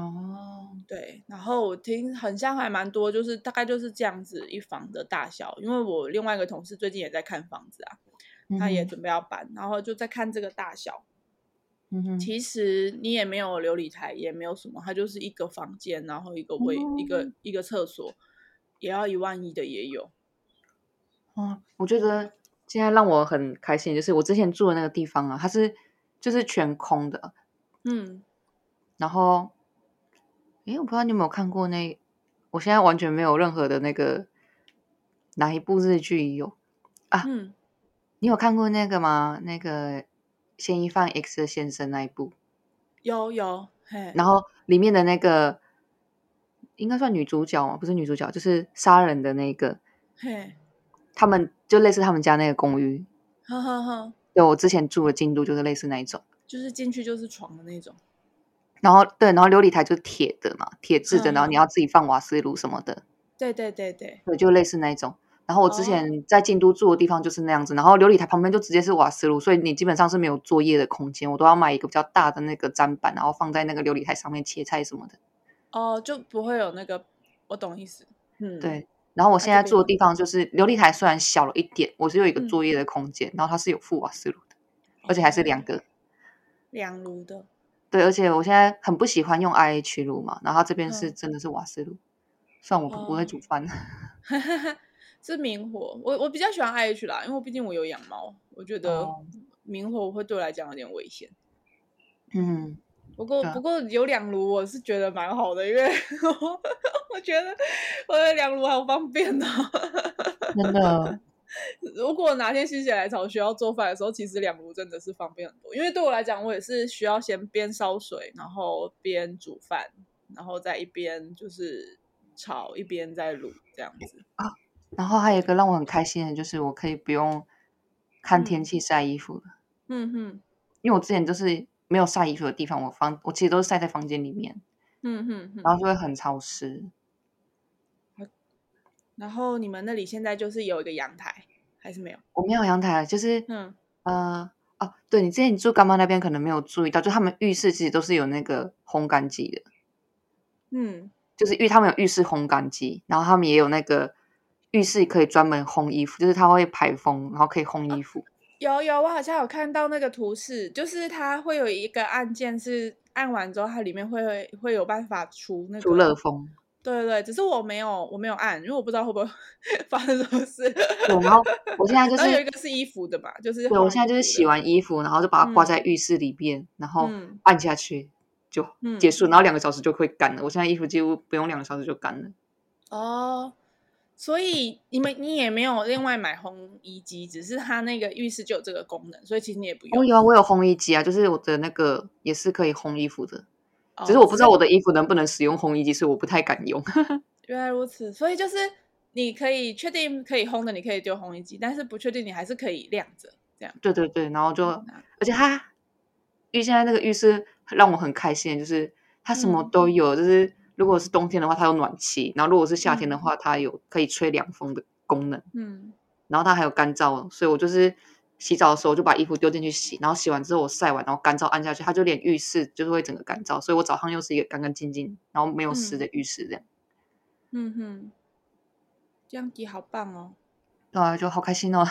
Speaker 1: 哦，
Speaker 2: 对，然后我听很像还蛮多，就是大概就是这样子一房的大小。因为我另外一个同事最近也在看房子啊，
Speaker 1: 嗯
Speaker 2: 他也
Speaker 1: 哼，
Speaker 2: 准备要搬，然后就在看这个大小。
Speaker 1: 嗯哼，
Speaker 2: 其实你也没有琉璃台，也没有什么，它就是一个房间，然后一个卫，一个
Speaker 1: 嗯
Speaker 2: 一个厕所，也要一万一的也有。
Speaker 1: 哦，我觉得现在让我很开心，就是我之前住的那个地方啊，它是就是全空的，
Speaker 2: 嗯，
Speaker 1: 然后，诶，我不知道你有没有看过那，我现在完全没有任何的那个哪一部日剧有啊？
Speaker 2: 嗯，
Speaker 1: 你有看过那个吗？那个嫌疑犯 X 的先生那一部，
Speaker 2: 有有，嘿，
Speaker 1: 然后里面的那个应该算女主角嘛？不是女主角，就是杀人的那个，
Speaker 2: 嘿，
Speaker 1: 他们就类似他们家那个公寓，
Speaker 2: 呵呵呵，
Speaker 1: 对我之前住的京都就是类似那一种。
Speaker 2: 就是进去就是床的那种。
Speaker 1: 然后对，然后琉璃台就是铁的嘛，铁制的，
Speaker 2: 嗯
Speaker 1: 然后你
Speaker 2: 嗯
Speaker 1: 要自己放瓦斯炉什么的。
Speaker 2: 对对对对，
Speaker 1: 对，就类似那一种。然后我之
Speaker 2: 哦
Speaker 1: 前在京都住的地方就是那样子，然后琉璃台旁边就直接是瓦斯炉，所以你基本上是没有作业的空间，我都要买一个比较大的那个砧板，然后放在那个琉璃台上面切菜什么的。
Speaker 2: 哦，就不会有那个，我懂意思。嗯，，
Speaker 1: 对，然后我
Speaker 2: 啊
Speaker 1: 现
Speaker 2: 这
Speaker 1: 在
Speaker 2: 边
Speaker 1: 住的
Speaker 2: 呢
Speaker 1: 地方就是琉璃台虽然小了一点，我是有一个
Speaker 2: 嗯
Speaker 1: 作业的空间，然后它是有附瓦斯炉的，而且还是两
Speaker 2: 哦，
Speaker 1: 个。
Speaker 2: 两炉的，
Speaker 1: 对，而且我现在很不喜欢用 IH 炉嘛，然后它这边是
Speaker 2: 嗯，
Speaker 1: 真的是瓦斯炉，虽然我不不会
Speaker 2: 哦，
Speaker 1: 煮饭。
Speaker 2: 是明火，我我比较喜欢 IH 啦，因为毕竟我有养猫，我觉得
Speaker 1: 哦，
Speaker 2: 明火会对我来讲有点危险。
Speaker 1: 嗯，
Speaker 2: 不过
Speaker 1: 对
Speaker 2: 不
Speaker 1: 啊，
Speaker 2: 过有两炉我是觉得蛮好的，因为 我觉得我的两炉好方便哦。
Speaker 1: 真的，
Speaker 2: 如果哪天心血来潮需要做饭的时候，其实两炉真的是方便很多。因为对我来讲，我也是需要先边烧水，然后边煮饭，然后再一边就是炒，一边再卤这样子。
Speaker 1: 然后还有一
Speaker 2: 对，
Speaker 1: 个让我很开心的，就是我可以不用看天
Speaker 2: 嗯
Speaker 1: 气晒衣服了，
Speaker 2: 嗯哼
Speaker 1: 因为我之前就是没有晒衣服的地方，我房我其实都是晒在房间里面，
Speaker 2: 嗯哼哼。
Speaker 1: 然后就会很潮湿。
Speaker 2: 然后你们那里现在就是有一个阳台，还是没有？
Speaker 1: 我没有阳台，就是
Speaker 2: 嗯，
Speaker 1: 呃哦，对你之前住干妈那边可能没有注意到，就他们浴室其实都是有那个烘干机的，
Speaker 2: 嗯，
Speaker 1: 就是浴他们有浴室烘干机，然后他们也有那个浴室可以专门烘衣服，就是它会排风，然后可以烘衣 服。
Speaker 2: 有有，我好像有看到那个图示，就是它会有一个按键是按完之后，它里面会会有办法除那个
Speaker 1: 除热风，
Speaker 2: 对对对，只是我没有我没有按，因为我不知道会不 会发生什么事。
Speaker 1: 对，然后我现在就
Speaker 2: 然后有一
Speaker 1: 是，
Speaker 2: 个是衣服的嘛，就是
Speaker 1: 对我现在
Speaker 2: 换
Speaker 1: 就是
Speaker 2: 衣服
Speaker 1: 洗
Speaker 2: 的，
Speaker 1: 完衣服，然后就把它挂在浴室里边，然后
Speaker 2: 嗯
Speaker 1: 按下去就
Speaker 2: 嗯
Speaker 1: 结束，然后两个小时就会干了。我现在衣服几乎不用两个小时就干了。
Speaker 2: 哦。所以你们你也没有另外买烘衣机，只是它那个浴室就有这个功能，所以其实你也不用。
Speaker 1: 哦，有啊，我有烘衣机啊，就是我的那个也是可以烘衣服的，
Speaker 2: 哦
Speaker 1: 只是我不知道我的衣服能不能使用烘衣机，所以我不太敢用。
Speaker 2: 原来如此，所以就是你可以确定可以烘的，你可以丢烘衣机，但是不确定你还是可以晾着啊这样。
Speaker 1: 对对对，然啊后就
Speaker 2: 那
Speaker 1: 而且它因为现在那个浴室让我很开心，就是它什么
Speaker 2: 嗯
Speaker 1: 都有，就是如果是冬天的话，它有暖气，然后如果是夏天的
Speaker 2: 嗯
Speaker 1: 话，它有可以吹凉风的功能，
Speaker 2: 嗯，
Speaker 1: 然后它还有干燥，哦所以我就是洗澡的时候我就把衣服丢进去洗，然后洗完之后我晒完，然后干燥按下去，它就连浴室就是会整个干燥，所以我早上又是一个干干净净，然后没有湿
Speaker 2: 嗯
Speaker 1: 的浴室这样，
Speaker 2: 嗯哼，这样也好棒哦。
Speaker 1: 对啊，就好开心哦。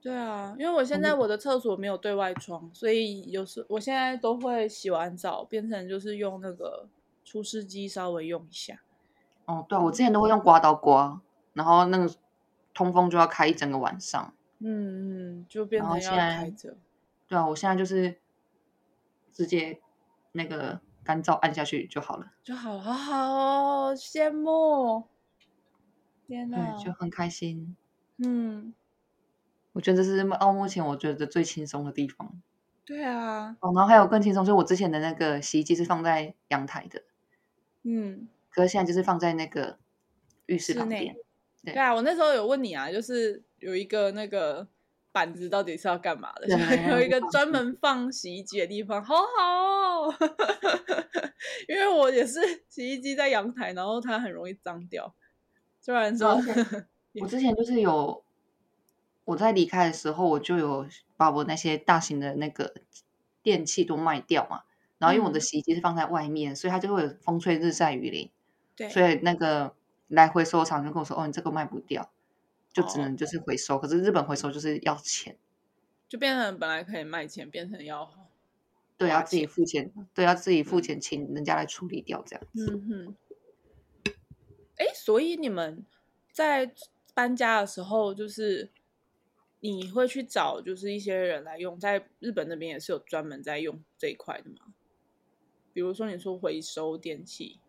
Speaker 2: 对啊，因为我
Speaker 1: 嗯
Speaker 2: 现在我的厕所没有对外窗，所以有时我现在都会洗完澡变成就是用那个除湿机稍微用一下。
Speaker 1: 哦，对啊，我之前都会用刮刀刮，然后那个通风就要开一整个晚上。
Speaker 2: 嗯嗯，就变
Speaker 1: 然后
Speaker 2: 成要
Speaker 1: 现在
Speaker 2: 开着。
Speaker 1: 对啊，我现在就是直接那个干燥按下去就好了，
Speaker 2: 就好了，好好哦，羡慕。天
Speaker 1: 对
Speaker 2: 哪，，
Speaker 1: 就很开心。
Speaker 2: 嗯，
Speaker 1: 我觉得这是到目前我觉得最轻松的地方。
Speaker 2: 对啊，
Speaker 1: 哦，然后还有更轻松，就是我之前的那个洗衣机是放在阳台的，
Speaker 2: 嗯，
Speaker 1: 可是现在就是放在那个浴室
Speaker 2: 室
Speaker 1: 旁
Speaker 2: 内
Speaker 1: 边。对
Speaker 2: 对啊，我那时候有问你啊，就是有一个那个板子到底是要干嘛的，
Speaker 1: 对
Speaker 2: 就
Speaker 1: 还要
Speaker 2: 有一个
Speaker 1: 放
Speaker 2: 专
Speaker 1: 洗
Speaker 2: 门放洗衣机的地方，好好哦。 因为我也是洗衣机在阳台，然后它很容易脏掉，虽然
Speaker 1: 对啊
Speaker 2: 说
Speaker 1: 而且 我之前就是有我在离开的时候，我就有把我那些大型的那个电器都卖掉嘛。然后因为我的
Speaker 2: 嗯
Speaker 1: 洗衣机是放在外面，所以它就会有风吹日晒雨淋，
Speaker 2: 对，
Speaker 1: 所以那个来回收厂就跟我说：“哦，你这个卖不掉，就只
Speaker 2: 哦
Speaker 1: 能就是回收。可是日本回收就是要钱，
Speaker 2: 就变成本来可以卖钱，变成要
Speaker 1: 对，要
Speaker 2: 花
Speaker 1: 自己
Speaker 2: 钱。
Speaker 1: 付钱，对，要自己付
Speaker 2: 嗯
Speaker 1: 钱，请人家来处理掉这样子。
Speaker 2: 嗯哼，哎，所以你们在搬家的时候，就是你会去找就是一些人来用，在日本那边也是有专门在用这一块的吗？比如说你说回收电器，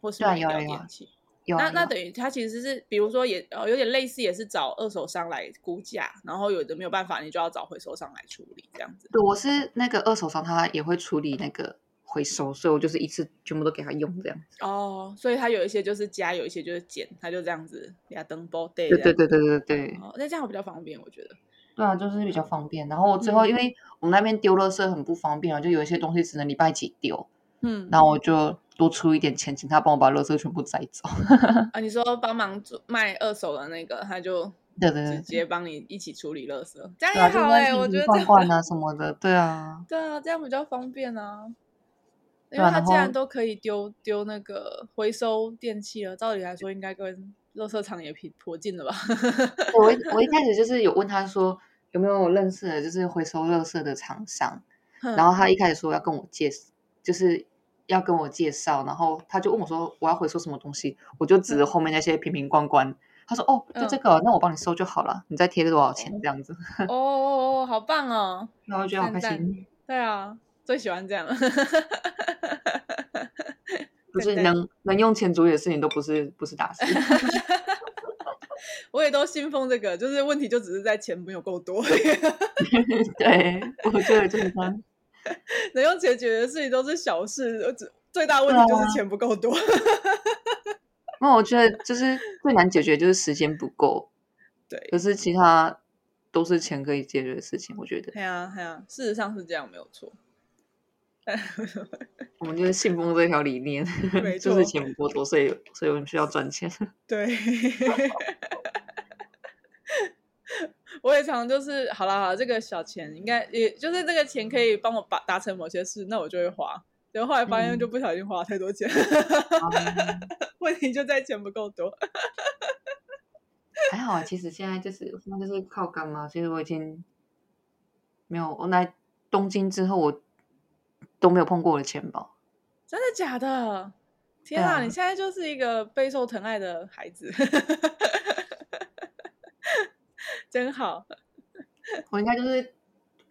Speaker 2: 或是
Speaker 1: 对啊
Speaker 2: 买
Speaker 1: 有啊
Speaker 2: 掉
Speaker 1: 有啊
Speaker 2: 电器，
Speaker 1: 有啊
Speaker 2: 那那
Speaker 1: 有啊
Speaker 2: 等于它其实是，比如说也呃有点类似，也是找二手商来估价，然后有的没有办法，你就要找回收商来处理这样子。
Speaker 1: 对，我是那个二手商，他也会处理那个回收，所以我就是一次全部都给他用这样。
Speaker 2: 哦，所以它有一些就是加，有一些就是减，它就这样子给它登 b o day
Speaker 1: 对对
Speaker 2: 这样。
Speaker 1: 对对对对。
Speaker 2: 哦，那这样比较方便，我觉得。
Speaker 1: 对啊，就是比较方便。然后我最后，因
Speaker 2: 嗯
Speaker 1: 为我们那边丢垃圾很不方便啊，就有一些东西只能礼拜几丢，
Speaker 2: 嗯，
Speaker 1: 然后我就多出一点钱，请他帮我把垃圾全部摘走。
Speaker 2: 啊，你说帮忙做卖二手的那个，他就
Speaker 1: 对对对
Speaker 2: 直
Speaker 1: 对
Speaker 2: 接帮你一起处理垃圾，这样
Speaker 1: 对啊，
Speaker 2: 也
Speaker 1: 就是
Speaker 2: 好
Speaker 1: 那
Speaker 2: 哎、
Speaker 1: 些
Speaker 2: 我觉得这
Speaker 1: 罐
Speaker 2: 样
Speaker 1: 罐啊什么的，对啊，
Speaker 2: 对啊，这样比较方便啊。
Speaker 1: 对
Speaker 2: 因为
Speaker 1: 啊，
Speaker 2: 他
Speaker 1: 然
Speaker 2: 既然
Speaker 1: 后
Speaker 2: 都可以丢丢那个回收电器了，照理来说应该跟垃圾场也挺颇近了吧？
Speaker 1: 对我一我一开始就是有问他说有没有认识的，就是回收垃圾的厂商， 然后
Speaker 2: 哼
Speaker 1: 他一开始说要跟我介，就是要跟我介绍，然后他就问我说我要回收什么东西，我就指着
Speaker 2: 嗯
Speaker 1: 后面那些瓶瓶罐罐，他说哦，就这
Speaker 2: 嗯，
Speaker 1: 个，那我帮你收就好了，你再贴多少钱这样子，
Speaker 2: 哦哦哦，好棒哦，
Speaker 1: 然后我觉得好
Speaker 2: 赞
Speaker 1: 开
Speaker 2: 赞，
Speaker 1: 心，
Speaker 2: 对啊，最喜欢这样了，
Speaker 1: 不
Speaker 2: 赞
Speaker 1: 是
Speaker 2: 赞。
Speaker 1: 能能用钱处理的事情都不是不是 大事，
Speaker 2: 我也都信奉这个，就是问题就只是在钱没有够多，
Speaker 1: 对，我觉得就是这样，
Speaker 2: 能用解决的事情都是小事，我只最大问
Speaker 1: 对
Speaker 2: 题
Speaker 1: 啊，
Speaker 2: 就是钱不够多。
Speaker 1: 那我觉得就是最难解决就是时间不够，可
Speaker 2: 对，
Speaker 1: 是其他都是钱可以解决的事情，我觉得
Speaker 2: 哎呀哎呀，事实上是这样，没有错。
Speaker 1: 我们就是信奉这条理念，
Speaker 2: 没
Speaker 1: 嗯就
Speaker 2: 错，
Speaker 1: 是钱不够多，所以所以我们需要赚钱。
Speaker 2: 对。 我也常就是好啦好啦，这个小钱应该也就是这个钱可以帮我把达成某些事，那我就会花。然后后来发
Speaker 1: 嗯
Speaker 2: 现就不小心花太多钱， 问题就在钱不够多。
Speaker 1: 还好啊，其实现在就是现在就是靠干妈，所以我已经没有我来东京之后，我都没有碰过我的钱包。
Speaker 2: 真的假的？天
Speaker 1: 对
Speaker 2: 啊，
Speaker 1: 啊
Speaker 2: 你现在就是一个备受疼爱的孩子， 真好。
Speaker 1: 我应该就是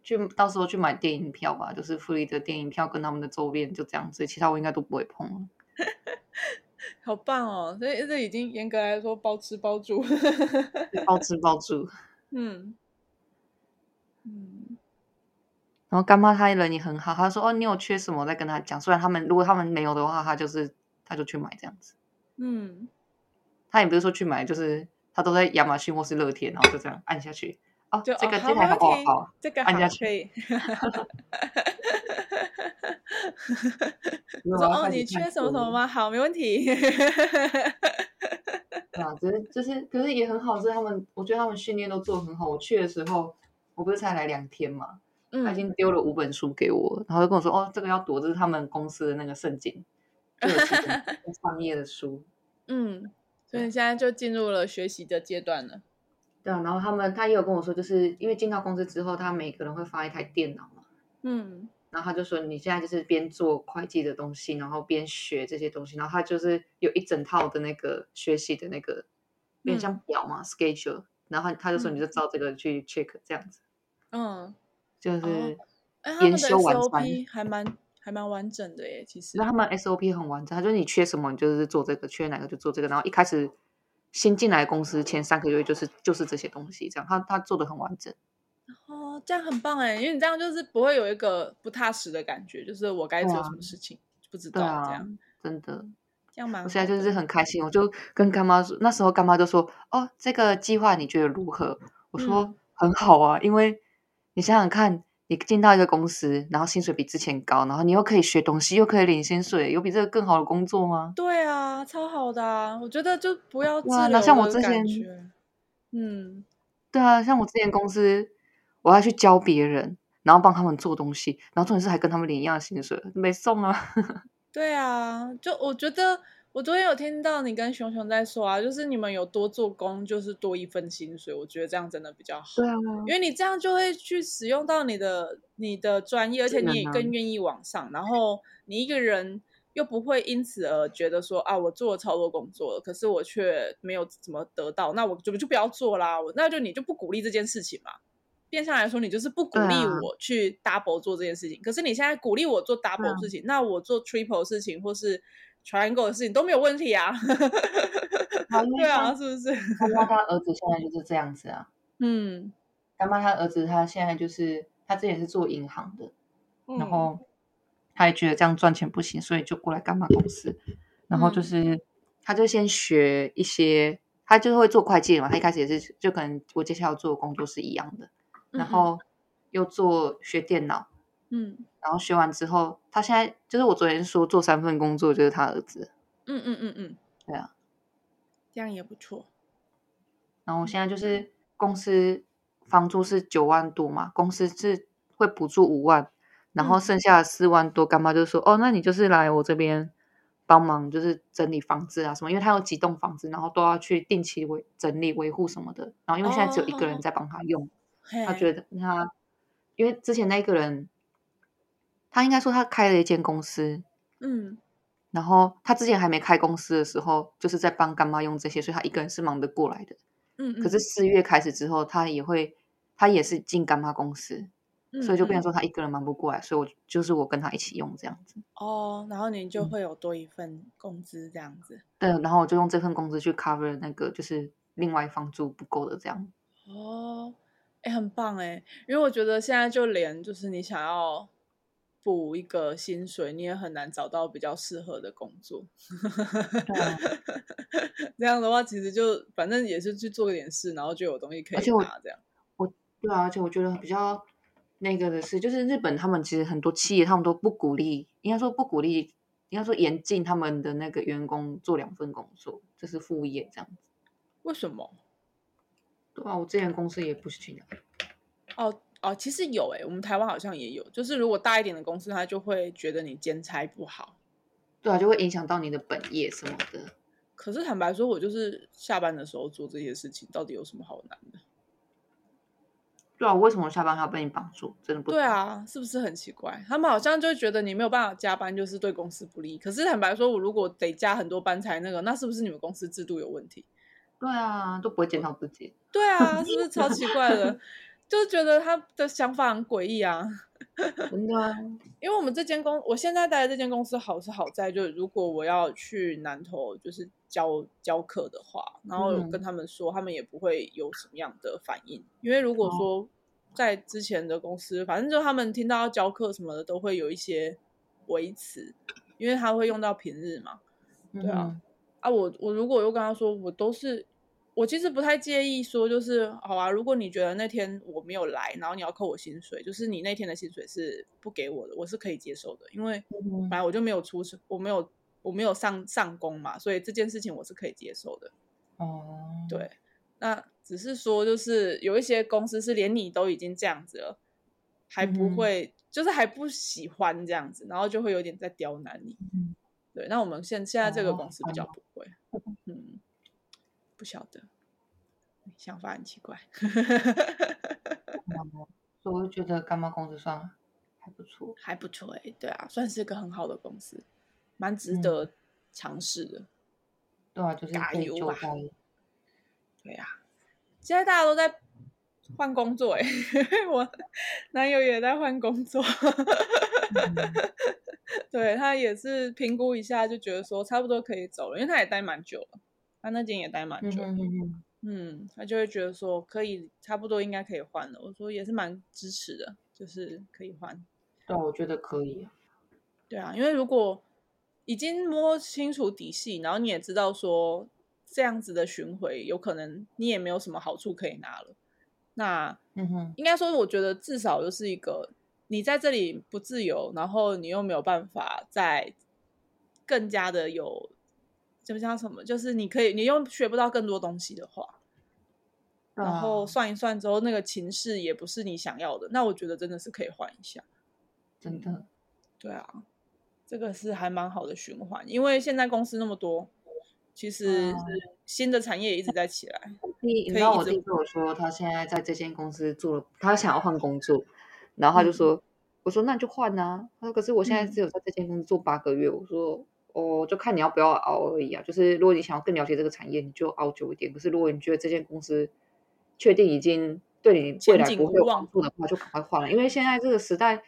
Speaker 1: 去到时候去买电影票吧，就是富丽的电影票跟他们的周边就这样子，其他我应该都不会碰了。
Speaker 2: 好棒哦！所以这已经严格来说包吃包住。
Speaker 1: 包吃包住。
Speaker 2: 嗯嗯，
Speaker 1: 然后干妈她人也很好，她说哦你有缺什么再跟她讲，虽然他们如果他们没有的话，她就是她就去买这样子。
Speaker 2: 嗯，
Speaker 1: 她也不是说去买，就是她都在亚马逊或是乐天，然后就这样按下去。哦，
Speaker 2: 就
Speaker 1: 这个
Speaker 2: 哦、
Speaker 1: 这
Speaker 2: 好
Speaker 1: 台好
Speaker 2: 没问
Speaker 1: 哦
Speaker 2: 题
Speaker 1: 好，
Speaker 2: 这个
Speaker 1: 按下
Speaker 2: 好
Speaker 1: 去
Speaker 2: 可以。
Speaker 1: 没有
Speaker 2: 说
Speaker 1: 啊
Speaker 2: 哦，
Speaker 1: 开始
Speaker 2: 你
Speaker 1: 看
Speaker 2: 缺什么什
Speaker 1: 书
Speaker 2: 么吗？好，没问 题。
Speaker 1: 对啊，只是就是，可是也很好，是他们，我觉得他们训练都做得很好。我去的时候，我不是才来两天嘛，他已
Speaker 2: 嗯，
Speaker 1: 经丢了五本书给我，然后就跟我说，哦，这个要躲，这是他们公司的那个圣经，就有 几本创业的书。
Speaker 2: 嗯，所以你现在就进入了学习的阶段了。
Speaker 1: 对啊，然后他们他也有跟我说，就是因为进到公司之后，他每个人会发一台电脑嘛，
Speaker 2: 嗯
Speaker 1: 然后他就说你现在就是边做会计的东西，然后边学这些东西，然后他就是有一整套的那个学习的那个，有点像表嘛、schedule，然后他他就说
Speaker 2: 嗯
Speaker 1: 你就照这个去 check 这样子。
Speaker 2: 嗯，
Speaker 1: 就是，
Speaker 2: 哎、他们
Speaker 1: 研
Speaker 2: 的
Speaker 1: 修完餐
Speaker 2: SOP 还蛮还蛮完整的耶，其实
Speaker 1: 那。他们 SOP 很完整，他就是你缺什么，你就是做这个；缺哪个就做这个。然后一开始新进来的公司前三个月就是就是这些东西，这样他他做的很完整。
Speaker 2: 哦，这样很棒哎，因为你这样就是不会有一个不踏实的感觉，就是我该
Speaker 1: 对
Speaker 2: 做
Speaker 1: 啊
Speaker 2: 什么事情、不知
Speaker 1: 对
Speaker 2: 道、
Speaker 1: 啊
Speaker 2: 这样，
Speaker 1: 真的，
Speaker 2: 这样蛮
Speaker 1: 我
Speaker 2: 好
Speaker 1: 现在
Speaker 2: 的。
Speaker 1: 就是很开心。我就跟干妈说，那时候干妈就说：“哦，这个计划你觉得如何？”我说：“
Speaker 2: 嗯
Speaker 1: 很好啊，因为你想想看，你进到一个公司，然后薪水比之前高，然后你又可以学东西，又可以领薪水，有比这个更好的工作吗？
Speaker 2: 对啊，超好的啊！我觉得就不要滞
Speaker 1: 对啊那
Speaker 2: 留
Speaker 1: 像我
Speaker 2: 的
Speaker 1: 之
Speaker 2: 感
Speaker 1: 前
Speaker 2: 觉。嗯，
Speaker 1: 对啊，像我之前公司，我要去教别人，然后帮他们做东西，然后重点是还跟他们领一样的薪水，没送啊。
Speaker 2: 对啊，就我觉得我昨天有听到你跟熊熊在说啊，就是你们有多做工，就是多一份薪水，我觉得这样真的比较好，
Speaker 1: 啊，
Speaker 2: 因为你这样就会去使用到你的你的专业，而且
Speaker 1: 技能
Speaker 2: 你也
Speaker 1: 啊
Speaker 2: 更愿意往上，然后你一个人。又不会因此而觉得说啊，我做了超多工作了，可是我却没有怎么得到，那我就就不要做啦，我那就你就不鼓励这件事情嘛。变相来说，你就是不鼓
Speaker 1: 对
Speaker 2: 励
Speaker 1: 啊
Speaker 2: 我去 double 做这件事情。可是你现在鼓励我做 double 事情，那我做 triple 事情或是 triangle 的事情都没有问题啊。 对啊，，是不 是？
Speaker 1: 干妈他儿子现在就是这样子啊。
Speaker 2: 嗯，
Speaker 1: 干妈他儿子他现在就是他之前是做银行的，然
Speaker 2: 嗯
Speaker 1: 后他也觉得这样赚钱不行，所以就过来干妈公司。然后就
Speaker 2: 嗯
Speaker 1: 是、他就先学一些，他就是会做会计嘛。他一开始也是，就跟我接下来要做的工作是一样的，然
Speaker 2: 嗯哼
Speaker 1: 后又做学电脑。
Speaker 2: 嗯
Speaker 1: 然后学完之后，他现在就是我昨天说做三份工作，就是他儿子。
Speaker 2: 嗯嗯嗯嗯，
Speaker 1: 对啊，
Speaker 2: 这样也不错。
Speaker 1: 然后我现在就是公司房租是九万多嘛，公司是会补助五万，然后
Speaker 2: 嗯
Speaker 1: 剩下四万多，干妈就说哦，那你就是来我这边帮忙，就是整理房子啊什么，因为他有几栋房子，然后都要去定期维整理维护什么的。然后因为现在只有一个
Speaker 2: 哦
Speaker 1: 人在帮他用，他
Speaker 2: 嘿
Speaker 1: 觉得他因为之前那一个人，他应该说他开了一间公司，
Speaker 2: 嗯
Speaker 1: 然后他之前还没开公司的时候，就是在帮干妈用这些，所以他一个人是忙得过来的。
Speaker 2: 嗯，
Speaker 1: 可是四月开始之后，他也会，他也是进干妈公司，
Speaker 2: 嗯
Speaker 1: 所以就变
Speaker 2: 嗯
Speaker 1: 成说他一个人忙不过来，所以我就是我跟他一起用这样子。
Speaker 2: 哦，然后你就
Speaker 1: 嗯
Speaker 2: 会有多一份工资这样子。
Speaker 1: 对，然后我就用这份工资去 cover 那个就是另外房租不够的这样。
Speaker 2: 哦，哎、很棒哎、因为我觉得现在就连就是你想要补一个薪水，你也很难找到比较适合的工作。
Speaker 1: 对啊，
Speaker 2: 这样的话，其实就反正也是去做点事，然后就有东西可
Speaker 1: 而
Speaker 2: 以
Speaker 1: 且我
Speaker 2: 拿这样。
Speaker 1: 对啊，而且我觉得比较那个的是，就是日本他们其实很多企业他们都不鼓励，应该说不鼓励，应该说严禁他们的那个员工做两份工作，就是副业这样。
Speaker 2: 为什么？
Speaker 1: 对啊，我之前公司也不行啊。
Speaker 2: 哦，哦，其实有哎、我们台湾好像也有，就是如果大一点的公司，他就会觉得你兼差不好。
Speaker 1: 对啊，就会影响到你的本业什么的。
Speaker 2: 可是坦白说，我就是下班的时候做这些事情，到底有什么好难的？
Speaker 1: 对啊，为什么下班还要被你绑住？真的不
Speaker 2: 对
Speaker 1: 懂，
Speaker 2: 啊，是不是很奇怪？他们好像就会觉得你没有办法加班，就是对公司不利。可是坦白说，我如果得加很多班才那个，那是不是你们公司制度有问题？
Speaker 1: 对啊，都不会检讨自己。
Speaker 2: 对啊，是不是超奇怪的？就觉得他的想法很诡异啊。
Speaker 1: 真的啊，
Speaker 2: 因为我们这间公，我现在待的这间公司好是好在，就是如果我要去南投，就是教教课的话，然后有跟
Speaker 1: 嗯
Speaker 2: 他们说，他们也不会有什么样的反应。因为如果
Speaker 1: 哦
Speaker 2: 说在之前的公司，反正就他们听到要教课什么的，都会有一些维持，因为他会用到平日嘛。
Speaker 1: 对
Speaker 2: 对啊，啊，我我如果又跟他说，我都是，我其实不太介意说，就是好啊，如果你觉得那天我没有来，然后你要扣我薪水，就是你那天的薪水是不给我的，我是可以接受的，因为
Speaker 1: 嗯
Speaker 2: 本来我就没有出，我没有我没有上上工嘛，所以这件事情我是可以接受的。
Speaker 1: 哦，
Speaker 2: 对，那只是说，就是有一些公司是连你都已经这样子了，还不
Speaker 1: 嗯哼
Speaker 2: 会，就是还不喜欢这样子，然后就会有点在刁难你。
Speaker 1: 嗯
Speaker 2: 对，那我们现现在这个
Speaker 1: 哦
Speaker 2: 公司比
Speaker 1: 懂
Speaker 2: 较不会，嗯，不晓得，想法很奇怪。
Speaker 1: 所以我就觉得干妈公司算还不错。
Speaker 2: 还不错哎、对啊，算是个很好的公司，蛮值
Speaker 1: 嗯
Speaker 2: 得尝试的。
Speaker 1: 对啊，就是
Speaker 2: 加
Speaker 1: 可以
Speaker 2: 油
Speaker 1: 就
Speaker 2: 吧
Speaker 1: 在
Speaker 2: 对呀、现在大家都在换工作哎、 我男友也在换工作，
Speaker 1: 嗯
Speaker 2: 对他也是评估一下就觉得说差不多可以走了，因为他也待蛮久了，他那间也待 蛮
Speaker 1: 嗯
Speaker 2: 久，
Speaker 1: 嗯嗯
Speaker 2: 嗯，他就会觉得说可以差不多应该可以换了。我说也是蛮支持的，就是可以换。
Speaker 1: 对啊，我觉得可以啊。
Speaker 2: 对啊，因为如果已经摸清楚底细，然后你也知道说这样子的巡回有可能你也没有什么好处可以拿了，那
Speaker 1: 嗯哼，
Speaker 2: 应该说，我觉得至少就是一个你在这里不自由，然后你又没有办法再更加的有，就叫什么，就是你可以你又学不到更多东西的话，
Speaker 1: 对
Speaker 2: 然后
Speaker 1: 啊
Speaker 2: 算一算之后，那个情势也不是你想要的，那我觉得真的是可以换一下。
Speaker 1: 真的，
Speaker 2: 对啊，这个是还蛮好的循环，因为现在公司那么多，其实
Speaker 1: 嗯
Speaker 2: 新的产业也一直在起来。
Speaker 1: 你你
Speaker 2: 可
Speaker 1: 知
Speaker 2: 以
Speaker 1: 道
Speaker 2: 一
Speaker 1: 我
Speaker 2: 直
Speaker 1: 弟跟我说，他现在在这间公司做了，他想要换工作，然后他就
Speaker 2: 嗯
Speaker 1: 说，我说那你就换啊。他说可是我现在
Speaker 2: 嗯
Speaker 1: 只有在这间公司做八个月，我说哦，就看你要不要熬而已啊。就是如果你想要更了解这个产业，你就熬久一点。可是如果你觉得这间公司确定已经对你
Speaker 2: 前
Speaker 1: 未来
Speaker 2: 景
Speaker 1: 不会
Speaker 2: 无
Speaker 1: 有
Speaker 2: 望
Speaker 1: 帮助的话，就赶快换了。因为现在这个时代，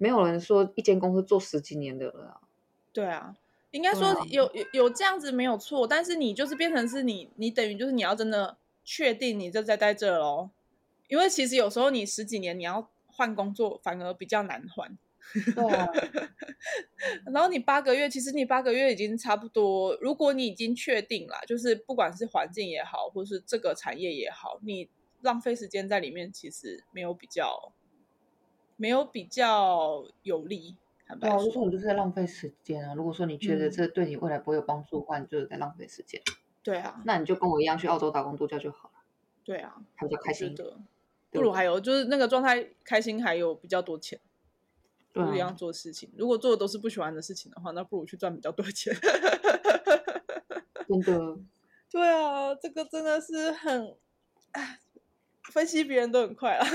Speaker 1: 没有人说一间公司做十几年的了啊。
Speaker 2: 对啊，应该
Speaker 1: 对
Speaker 2: 说
Speaker 1: 啊
Speaker 2: 有有有这样子没有错，但是你就是变成是你，你等于就是你要真的确定你就在待这喽，因为其实有时候你十几年你要换工作反而比较难换。
Speaker 1: 对啊，
Speaker 2: 然后你八个月，其实你八个月已经差不多。如果你已经确定啦，就是不管是环境也好，或是这个产业也好，你浪费时间在里面，其实没有比较，没有比较有利。坦白
Speaker 1: 对啊，就是
Speaker 2: 说，
Speaker 1: 我就是在浪费时间啊。如果说你觉得
Speaker 2: 嗯
Speaker 1: 这对你未来不会有帮助的话，你就是在浪费时间。
Speaker 2: 对啊，
Speaker 1: 那你就跟我一样去澳洲打工度假就好了，
Speaker 2: 对啊，
Speaker 1: 还比较
Speaker 2: 我
Speaker 1: 开
Speaker 2: 觉
Speaker 1: 心一点。
Speaker 2: 得
Speaker 1: 对
Speaker 2: 不如
Speaker 1: 对
Speaker 2: 还有就是那个状态开心，还有比较多钱，
Speaker 1: 对
Speaker 2: 不一
Speaker 1: 啊
Speaker 2: 样，做事情。如果做的都是不喜欢的事情的话，那不如去赚比较多钱。
Speaker 1: 啊真的，
Speaker 2: 对啊，这个真的是很，唉分析别人都很快啊，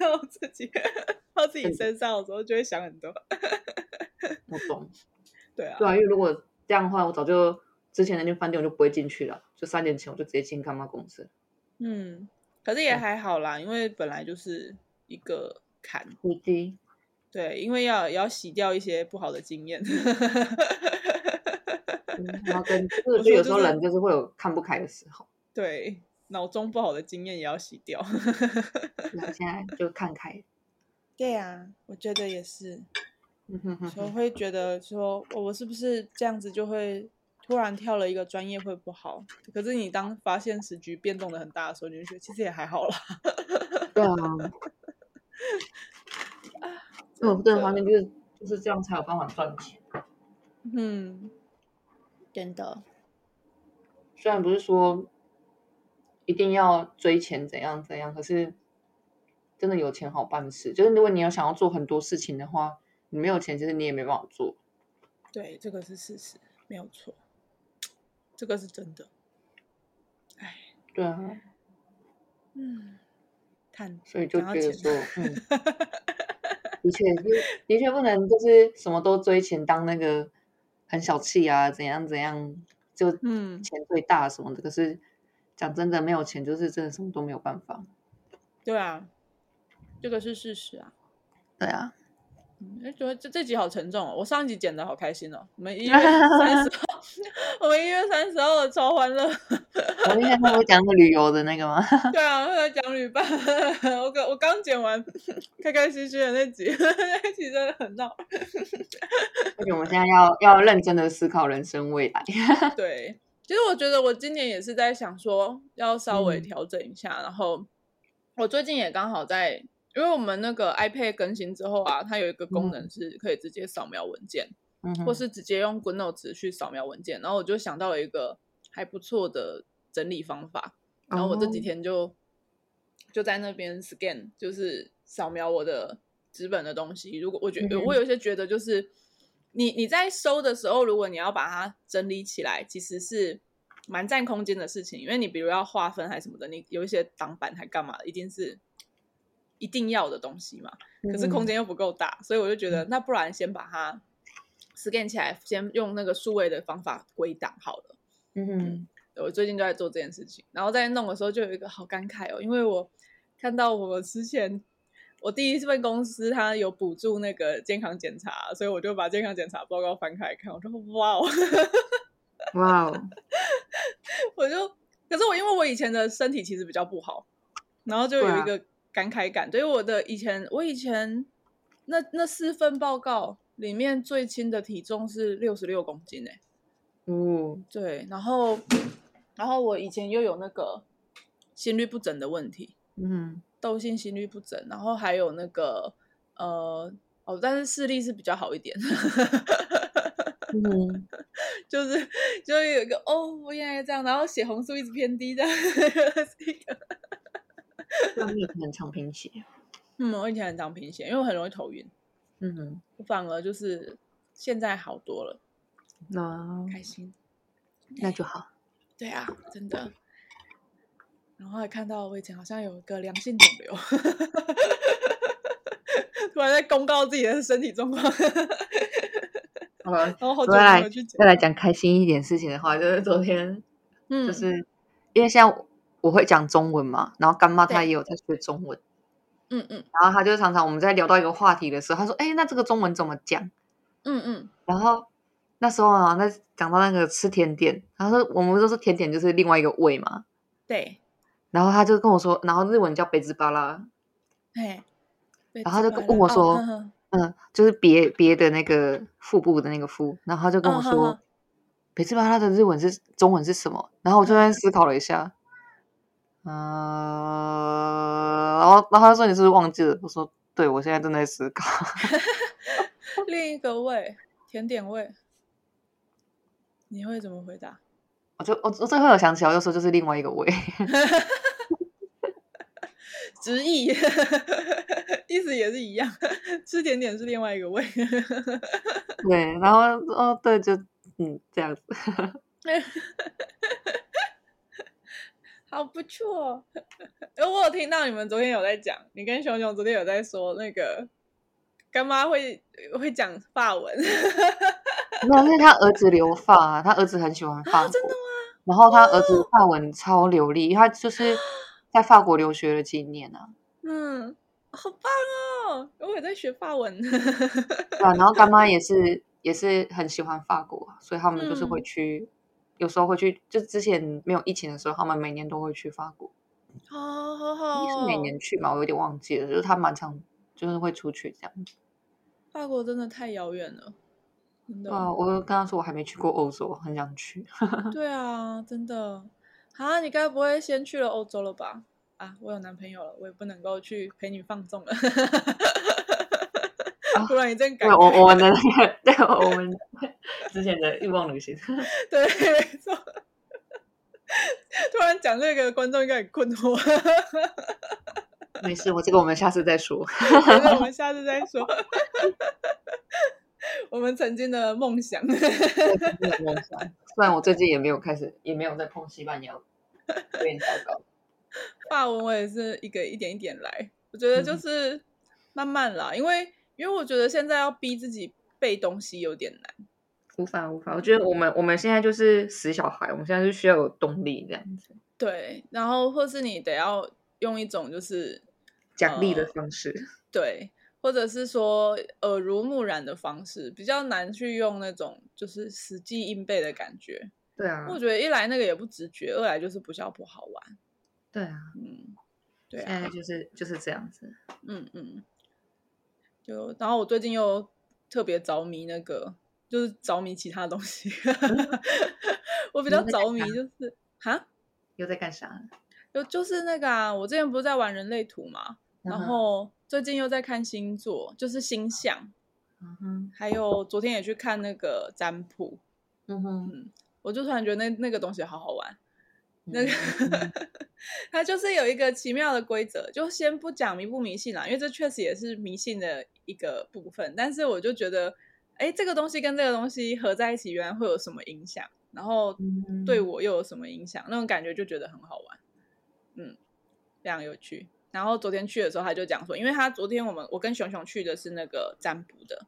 Speaker 2: 然后自己到自己
Speaker 1: 真的
Speaker 2: 身上的时候就会想很多。
Speaker 1: 我 懂。
Speaker 2: 对啊，
Speaker 1: 对啊，因为如果这样的话，我早就之前那间饭店我就不会进去了，就三年前我就直接进干妈公司，
Speaker 2: 嗯，可是也
Speaker 1: 对
Speaker 2: 还好啦，因为本来就是一个坎，
Speaker 1: 估计
Speaker 2: 对，因为要也要洗掉一些不好的经验。
Speaker 1: 嗯然后跟 就
Speaker 2: 我
Speaker 1: 是就有时
Speaker 2: 说就
Speaker 1: 候
Speaker 2: 是
Speaker 1: 人就是会有看不开的时候，
Speaker 2: 对，脑中不好的经验也要洗掉。
Speaker 1: 然后现在就看开。
Speaker 2: 对啊，我觉得也是。
Speaker 1: 嗯哼哼
Speaker 2: 所以
Speaker 1: 哼，
Speaker 2: 会觉得说，哦我是不是这样子就会突然跳了一个专业会不好？可是你当发现时局变动的很大的时候，你就觉得其实也还好啦。
Speaker 1: 对 啊，这种这
Speaker 2: 真
Speaker 1: 种方
Speaker 2: 的
Speaker 1: 面就是就是这样才有办法赚钱。
Speaker 2: 嗯，真的，
Speaker 1: 虽然不是说一定要追钱怎样怎样，可是真的有钱好办事。就是如果你有想要做很多事情的话，你没有钱，其实你也没办法做。
Speaker 2: 对，这个是事实，没有错，这个是真的。哎，
Speaker 1: 对啊，
Speaker 2: 嗯，叹，
Speaker 1: 所以就
Speaker 2: 讲到
Speaker 1: 觉得
Speaker 2: 钱
Speaker 1: 说， 嗯，的确，的确不能就是什么都追钱，当那个很小气啊，怎样怎样，就
Speaker 2: 嗯
Speaker 1: 钱最大什么的。可是讲真的，没有钱就是真的什么都没有办法。
Speaker 2: 对啊，这个是事实啊。
Speaker 1: 对啊，
Speaker 2: 嗯，哎，觉得这这集好沉重哦。我上一集剪的好开心哦，我们一月三十号， 我们一月三十号超欢乐。
Speaker 1: 我们应该是会讲那个旅游的那个吗？
Speaker 2: 对啊，我在讲旅伴， 我刚我刚剪完，开开心心的那集， 那集真的很闹。
Speaker 1: 而且我们现在要要认真的思考人生未 来。
Speaker 2: 对，其实我觉得我今年也是在想说要稍微
Speaker 1: 嗯
Speaker 2: 调整一下，然后我最近也刚好在，因为我们那个 iPad 更新之后啊，它有一个功能是可以直接扫描文件，
Speaker 1: 嗯哼，
Speaker 2: 或是直接用 GoodNotes 去扫描文件，然后我就想到了一个还不错的整理方法，然后我这几
Speaker 1: 哦
Speaker 2: 天就、就在那边 scan，就是扫描我的纸本的东西。如果我觉
Speaker 1: 嗯哼
Speaker 2: 我有一些觉得就是你你在收的时候，如果你要把它整理起来，其实是蛮占空间的事情，因为你比如要划分还什么的，你有一些挡板还干嘛的，一定是一定要的东西嘛。
Speaker 1: 嗯
Speaker 2: 可是空间又不够大，所以我就觉得那不然先把它 scan 起来，先用那个数位的方法归档好了。
Speaker 1: 嗯哼，
Speaker 2: 对我最近就在做这件事情，然后在弄的时候就有一个好感慨哦，因为我看到我之前我第一份公司它有补助那个健康检查，所以我就把健康检查报告翻开来看，我说哇哦，
Speaker 1: 嗯哇哦，
Speaker 2: 我就可是我因为我以前的身体其实比较不好，然后就有一
Speaker 1: 对
Speaker 2: 个感慨感，对我的以前我以前那那四份报告里面最轻的体重是六十六公斤诶、欸
Speaker 1: 哦，
Speaker 2: 对，然后然后我以前又有那个心律不整的问题，
Speaker 1: 嗯
Speaker 2: 窦性心律不整，然后还有那个呃哦，但是视力是比较好一点。
Speaker 1: 嗯哼。
Speaker 2: 就是就有一个哦，我原来这样，然后血红素一直偏低 的，是一个
Speaker 1: 对啊你以前很常贫血。
Speaker 2: 嗯，我以前很常贫血，因为我很容易头晕，
Speaker 1: 嗯哼，
Speaker 2: 我反而就是现在好多了，嗯
Speaker 1: 那
Speaker 2: 开心。
Speaker 1: 那就好。
Speaker 2: 对啊，真的。然后还看到我以前好像有一个良性肿瘤， 突然在公告自己的身体状况，
Speaker 1: 好了，
Speaker 2: 然后好久
Speaker 1: 对啊
Speaker 2: 没有去检
Speaker 1: 再来讲开心一点事情的话，就是昨天，
Speaker 2: 嗯，
Speaker 1: 就是、因为现在我会讲中文嘛，然后干妈她
Speaker 2: 对
Speaker 1: 也有在学中文，
Speaker 2: 嗯嗯
Speaker 1: 然后她就常常我们在聊到一个话题的时候，她说：“哎，那这个中文怎么讲
Speaker 2: 嗯嗯，？”
Speaker 1: 然后那时候啊，那讲到那个吃甜点，然后说我们都说甜点就是另外一个味嘛，
Speaker 2: 对，
Speaker 1: 然后她就跟我说，然后日文叫北之巴拉，
Speaker 2: 哎，被
Speaker 1: 然后就
Speaker 2: 击败
Speaker 1: 跟
Speaker 2: 了
Speaker 1: 我
Speaker 2: 哦
Speaker 1: 说
Speaker 2: 哼哼
Speaker 1: 嗯，就是别别的那个腹部的那个腹，然后他就跟我
Speaker 2: 嗯
Speaker 1: 说，
Speaker 2: 哼哼
Speaker 1: 北次巴拉的日文是中文是什么？然后我就在那边思考了一下，呃，然后然后他说你是不是忘记了？我说对，我现在正在思考。
Speaker 2: 另一个味，甜点味，你会怎么回答？
Speaker 1: 我就我我最后有想起来，我就 说就是另外一个味，
Speaker 2: 直译， 意思也是一样，吃甜点是另外一个味。
Speaker 1: 对，然后哦对，就嗯这样子，
Speaker 2: 好不错。哎，我有听到你们昨天有在讲，你跟熊熊昨天有在说那个干妈会会讲法文，
Speaker 1: 没有，因为他儿子留发啊，他儿子很喜欢法国，
Speaker 2: 真的
Speaker 1: 然后他儿子法文超流利，他就是
Speaker 2: 啊
Speaker 1: 在法国留学了几年啊。
Speaker 2: 嗯，好棒哦！我也在学法文，
Speaker 1: 对啊，然后干妈也是也是很喜欢法国啊，所以他们就是会
Speaker 2: 嗯
Speaker 1: 去，有时候会去，就之前没有疫情的时候，他们每年都会去法国，
Speaker 2: 好好好
Speaker 1: 应该是每
Speaker 2: 哦
Speaker 1: 年去嘛，我有点忘记了，就是他蛮常就是会出去这样。
Speaker 2: 法国真的太遥远了，真的。
Speaker 1: 对啊，我就跟他说我还没去过欧洲，很想去。
Speaker 2: 对啊，真的。啊，你该不会先去了欧洲了吧？啊，我有男朋友了，我也不能够去陪你放纵了。突然一阵
Speaker 1: 对，
Speaker 2: 感
Speaker 1: 我
Speaker 2: 慨，
Speaker 1: 我们的那个， 对，我们之前的欲望旅行，
Speaker 2: 对，没错。突然讲这个，观众应该很困惑。
Speaker 1: 没事，我这个我们下次再说。
Speaker 2: 那我们下次再说。 我们曾经的梦想，
Speaker 1: 虽然我最近也没有开始，也没有在碰西班牙，有点糟糕。
Speaker 2: 法文我也是一个一点一点来，我觉得就是慢慢啦，因为因为我觉得现在要逼自己背东西有点难。
Speaker 1: 无法无法，我觉得我们我们现在就是死小孩，我们现在就需要有动力这样子，
Speaker 2: 对，然后或是你得要用一种就是
Speaker 1: 奖励的方式。
Speaker 2: 对，或者是说耳濡目染的方式，比较难去用那种就是死记硬背的感觉。
Speaker 1: 对啊，
Speaker 2: 我觉得一来那个也不直觉，二来就是不笑不好玩。
Speaker 1: 对啊，
Speaker 2: 嗯，对
Speaker 1: 现
Speaker 2: 啊，
Speaker 1: 在就是就是这样子。
Speaker 2: 嗯嗯，就然后我最近又特别着迷那个，就是着迷其他东西。 我比较着迷就是哈，
Speaker 1: 又在干啥？
Speaker 2: 就就是那个啊，我之前不是在玩人类图嘛，
Speaker 1: 嗯
Speaker 2: 然后最近又在看星座，就是星象。
Speaker 1: 嗯哼，
Speaker 2: 还有昨天也去看那个占卜，
Speaker 1: 嗯哼，嗯
Speaker 2: 我就突然觉得那那个东西好好玩。那
Speaker 1: 那
Speaker 2: 个、它就是有一个奇妙的规则，就先不讲迷不迷信啦，因为这确实也是迷信的一个部分。但是我就觉得，哎，这个东西跟这个东西合在一起，原来会有什么影响，然后
Speaker 1: 个
Speaker 2: 对我又有什么影响，那种感觉就觉得很好玩，嗯，非常有趣。然后昨天去的时候，他就讲说，因为他昨天我们我跟熊熊去的是那个占卜的，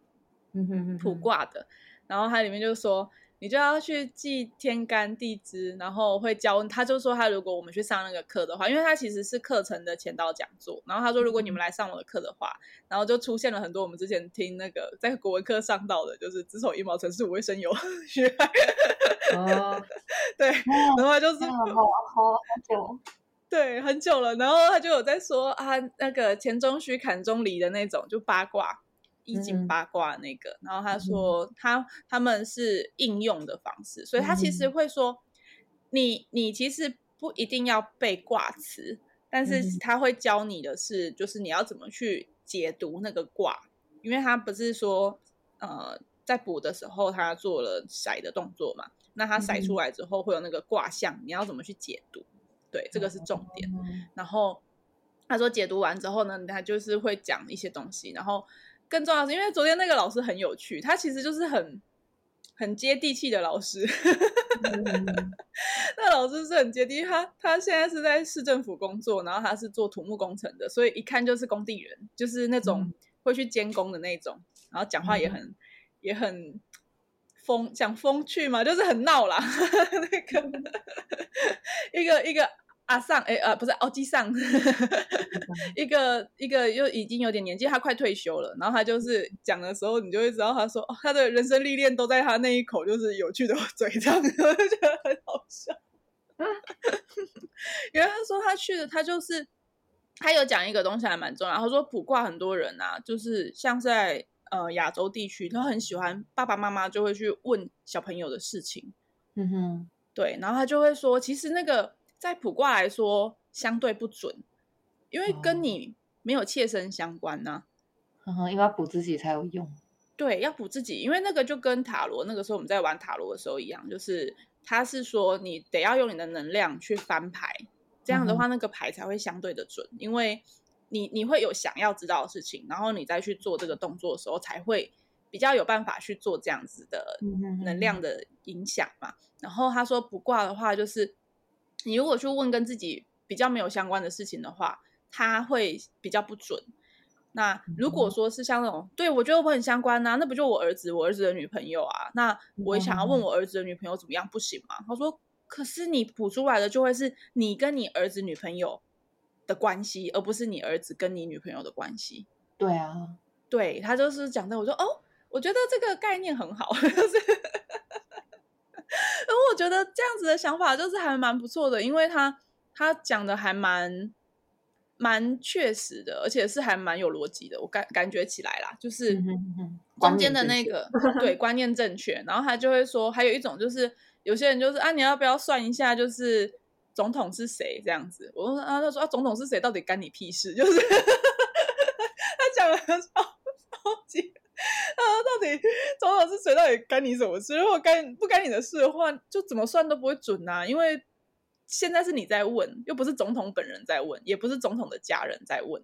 Speaker 1: 嗯
Speaker 2: 卜卦的，然后它里面就说你就要去记天干地支，然后会教他就说他如果我们去上那个课的话，因为他其实是课程的前导讲座，然后他说如果你们来上我的课的话，然后就出现了很多我们之前听那个在国文课上到的，就是子丑寅卯辰巳午未申酉戌亥，
Speaker 1: 哦，
Speaker 2: 对，然后就是
Speaker 1: 好好好久，
Speaker 2: 对很久了，然后他就有在说啊那个钱钟虚砍钟离的那种就八卦。易经
Speaker 1: 嗯
Speaker 2: 八卦那个，然后他说他他们是应用的方式，所以他
Speaker 1: 嗯
Speaker 2: 其实会说，你你其实不一定要背卦词，但是
Speaker 1: 嗯
Speaker 2: 他会教你的是，就是你要怎么去解读那个卦，因为他不是说呃在补的时候他做了骰的动作嘛，那
Speaker 1: 嗯
Speaker 2: 他骰出来之后会有那个卦象，你要怎么去解读？对，这个是重点。
Speaker 1: 嗯
Speaker 2: 然后他说解读完之后呢，他就是会讲一些东西。然后更重要的是，因为昨天那个老师很有趣，他其实就是很很接地气的老师。
Speaker 1: 嗯
Speaker 2: 那老师是很接地气，他他现在是在市政府工作，然后他是做土木工程的，所以一看就是工地人，就是那种
Speaker 1: 嗯
Speaker 2: 会去监工的那种。然后讲话也很、也很风，讲风趣嘛，就是很闹啦。 那个 一个一个阿尚，哎、呃，不是奥基尚， 一个一个又已经有点年纪，他快退休了。然后他就是讲的时候，你就会知道他说、哦、他的人生历练都在他那一口就是有趣的 嘴上，我就觉得很好笑。因为他说他去的，他就是他有讲一个东西还蛮重要，他说卜卦很多人啊，就是像在呃亚洲地区，他很喜欢爸爸妈妈就会去问小朋友的事情，
Speaker 1: 嗯哼，
Speaker 2: 对，然后他就会说，其实那个在卜卦来说相对不准，因为
Speaker 1: 哦
Speaker 2: 跟你没有切身相关呐、
Speaker 1: 嗯哼，因为要补自己才有用。
Speaker 2: 对，要补自己，因为那个就跟塔罗那个时候我们在玩塔罗的时候一样，就是他是说你得要用你的能量去翻牌，这样的话那个牌才会相对的准，因为你你会有想要知道的事情，然后你再去做这个动作的时候才会比较有办法去做这样子的
Speaker 1: 嗯
Speaker 2: 能量的影响嘛。然后他说不挂的话，就是你如果去问跟自己比较没有相关的事情的话，它会比较不准。那如果说是像那种，对我觉得我很相关啊呐、那不就我儿子，我儿子的女朋友啊？那我也想要问我儿子的女朋友怎么样，不行吗？他说，可是你补出来的就会是你跟你儿子女朋友的关系，而不是你儿子跟你女朋友的关系。
Speaker 1: 对啊，
Speaker 2: 对他就是讲的，我说哦，我觉得这个概念很好， 就是，然后我觉得这样子的想法就是还蛮不错的，因为他他讲的还蛮蛮确实的，而且是还蛮有逻辑的，我感感觉起来啦，就是。
Speaker 1: 嗯
Speaker 2: 中间的那个 对观念正确，然后他就会说，还有一种就是有些人就是啊，你要不要算一下，就是总统是谁这样子？我就说啊，他说啊，总统是谁到底干你屁事？ 就是他讲的超 超级，他说到底总统是谁到底干你什么事？如果干不干你的事的话，就怎么算都不会准啊，因为现在是你在问，又不是总统本人在问，也不是总统的家人在问。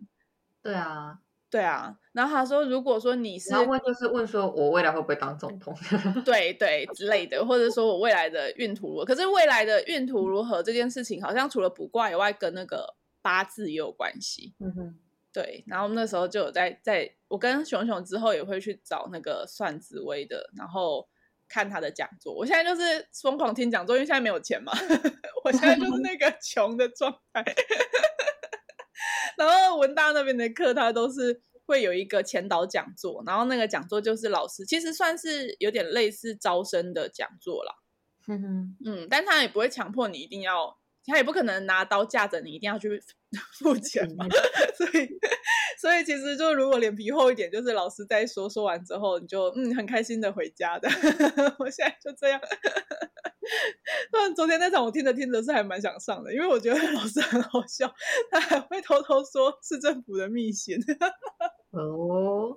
Speaker 1: 对啊，
Speaker 2: 对啊，然后他说，如果说你是
Speaker 1: 然后问就是问说，我未来会不会当总统？
Speaker 2: 对对之类的，或者说我未来的运途如何？可是未来的运途如何这件事情，好像除了卜卦以外，跟那个八字也有关系。
Speaker 1: 嗯哼，
Speaker 2: 对，然后我们那时候就有在在，我跟熊熊之后也会去找那个算紫薇的，然后看他的讲座。我现在就是疯狂听讲座，因为现在没有钱嘛， 我现在就是那个穷的状态。 然后文大那边的课，他都是会有一个前导讲座，然后那个讲座就是老师，其实算是有点类似招生的讲座啦。
Speaker 1: 哼哼，
Speaker 2: 嗯，但他也不会强迫你一定要，他也不可能拿刀架着你一定要去 付钱嘛。
Speaker 1: 啊
Speaker 2: 所以，所以其实就如果脸皮厚一点，就是老师在说，说完之后你就嗯很开心的回家的。 我现在就这样。但昨天那场我听着听着是还蛮想上的，因为我觉得老师很好笑，他还会偷偷说市政府的秘辛，
Speaker 1: 哦，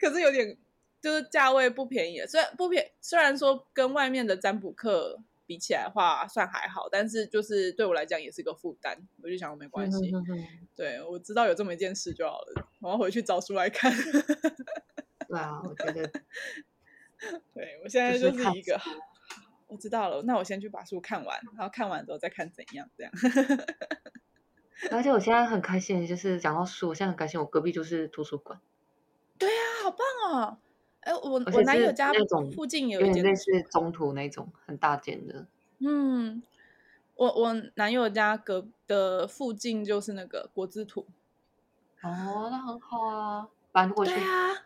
Speaker 2: 可是有点就是价位不便宜，虽然不便，虽然说跟外面的占卜课。比起来的话算还好，但是就是对我来讲也是个负担，我就想没关系，
Speaker 1: 嗯哼哼哼
Speaker 2: 对我知道有这么一件事就好了，我要回去找书来看。
Speaker 1: 对啊，我觉得
Speaker 2: 对我现在
Speaker 1: 就
Speaker 2: 就是是
Speaker 1: 看
Speaker 2: 一个，我知道了，那我先去把书看完，然后看完之后再看怎样这样。
Speaker 1: 而且我现在很开心，就是讲到书，我现在很开心，我隔壁就是图书馆，
Speaker 2: 啊，好棒哦！哎，我
Speaker 1: 而
Speaker 2: 我
Speaker 1: 且
Speaker 2: 男友
Speaker 1: 是
Speaker 2: 家
Speaker 1: 那种
Speaker 2: 附近
Speaker 1: 有
Speaker 2: 有一
Speaker 1: 点
Speaker 2: 间
Speaker 1: 类，似中途那种很大间的，
Speaker 2: 嗯，我我男友家隔的附近就是那个国字图，
Speaker 1: 哦，那很好啊，搬过去
Speaker 2: 对，啊，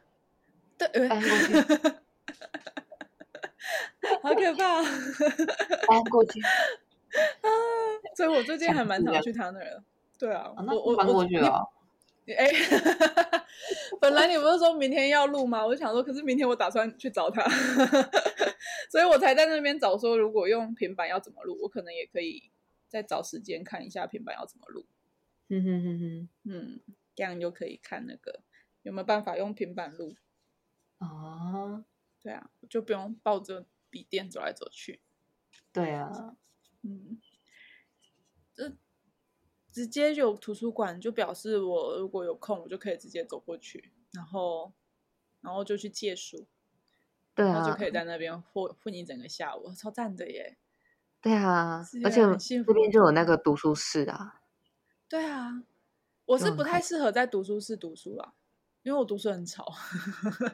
Speaker 2: 对，呃
Speaker 1: 搬过去，
Speaker 2: 好可怕哦、
Speaker 1: 搬过去，
Speaker 2: 所以我最近
Speaker 1: 想
Speaker 2: 还蛮
Speaker 1: 死
Speaker 2: 常
Speaker 1: 了
Speaker 2: 去他那儿的。对啊，
Speaker 1: 啊
Speaker 2: 我
Speaker 1: 那
Speaker 2: 我
Speaker 1: 搬
Speaker 2: 我
Speaker 1: 过去
Speaker 2: 你
Speaker 1: 啊，
Speaker 2: 哎，本来你不是说明天要录吗？我就想说，可是明天我打算去找他， 所以我才在那边找说，如果用平板要怎么录，我可能也可以再找时间看一下平板要怎么录，
Speaker 1: 哼哼哼
Speaker 2: 嗯，这样就可以看那个有没有办法用平板录。
Speaker 1: 哼，哦，
Speaker 2: 对啊，就不用抱着笔电走来走去。
Speaker 1: 对啊，
Speaker 2: 嗯，这直接有图书馆，就表示我如果有空，我就可以直接走过去，然后然后就去借书，
Speaker 1: 对
Speaker 2: 然后就
Speaker 1: 啊
Speaker 2: 可，以在那边混混一整个下午，超赞的耶！
Speaker 1: 对啊
Speaker 2: 是，
Speaker 1: 而
Speaker 2: 啊
Speaker 1: 且
Speaker 2: 很幸
Speaker 1: 这
Speaker 2: 福
Speaker 1: 边
Speaker 2: 的
Speaker 1: 就有
Speaker 2: 状
Speaker 1: 那
Speaker 2: 态
Speaker 1: 个读书室啊，
Speaker 2: 对啊，我
Speaker 1: 就是很
Speaker 2: 不
Speaker 1: 开
Speaker 2: 太适合在读书室读书啦，因为我读书很吵。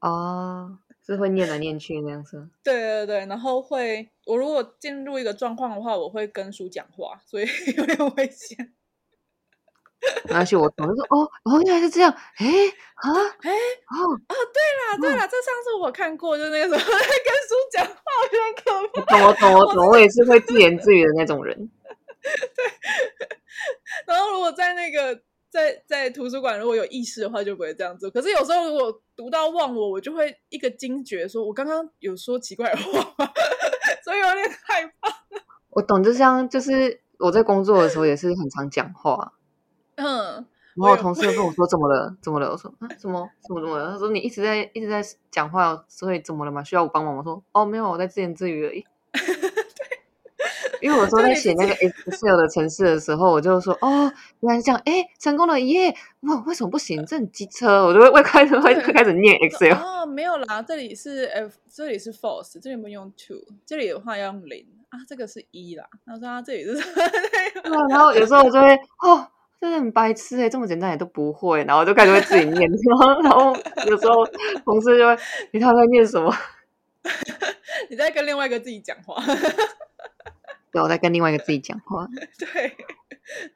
Speaker 1: 哦，是会念来念去那样子，
Speaker 2: 对对对，然后会，我如果进入一个状况的话，我会跟书讲话，所以 有点危险。
Speaker 1: 没关系，我懂，就说哦，哦，原来是这样，哎啊，
Speaker 2: 哎，
Speaker 1: 哦，
Speaker 2: 啊，对了，这上次我看过，就那个时候 在跟书讲话，我觉得很可 怕。
Speaker 1: 我懂，我懂，我懂，我也是会自言自语的那种人，
Speaker 2: 然后如果在那个在在图书馆，如果有意识的话，就不会这样做。可是有时候如果读到忘我，我就会一个惊觉，说我刚刚有说奇怪的话吗， 所以有点害怕。
Speaker 1: 我懂，就像就是我在工作的时候也是很常讲话，
Speaker 2: 嗯，
Speaker 1: 然后
Speaker 2: 我
Speaker 1: 我
Speaker 2: 有
Speaker 1: 同事就跟我说怎么了，怎么了，我说啊怎么怎么怎么了，他说你一直在一直在讲话，所以怎么了嘛？需要我帮忙吗？我说哦没有，我在自言自语而 已。因为我说
Speaker 2: 就
Speaker 1: 在
Speaker 2: 你
Speaker 1: 写
Speaker 2: 自
Speaker 1: 那个 Excel 的程式的时候，我就说哦，原来是这样，哎，成功了耶！哇，为什么不行？这很机车，我就会会开始会
Speaker 2: 对
Speaker 1: 开始念
Speaker 2: 说
Speaker 1: Excel。
Speaker 2: 哦，没有啦，这里是 f，这里是 false，这里不用 two，这里的话要用零啊，这个是一啦。他说啊，这里是
Speaker 1: 对啊，然后有时候我就会哦，真的很白痴哎、欸，这么简单也都不会，然后我就开始会自己念， 然后然后有时候同事就会，你到底在念什么？
Speaker 2: 你在跟另外一个自己讲话。
Speaker 1: 对，我在跟另外一个自己讲话，
Speaker 2: 对，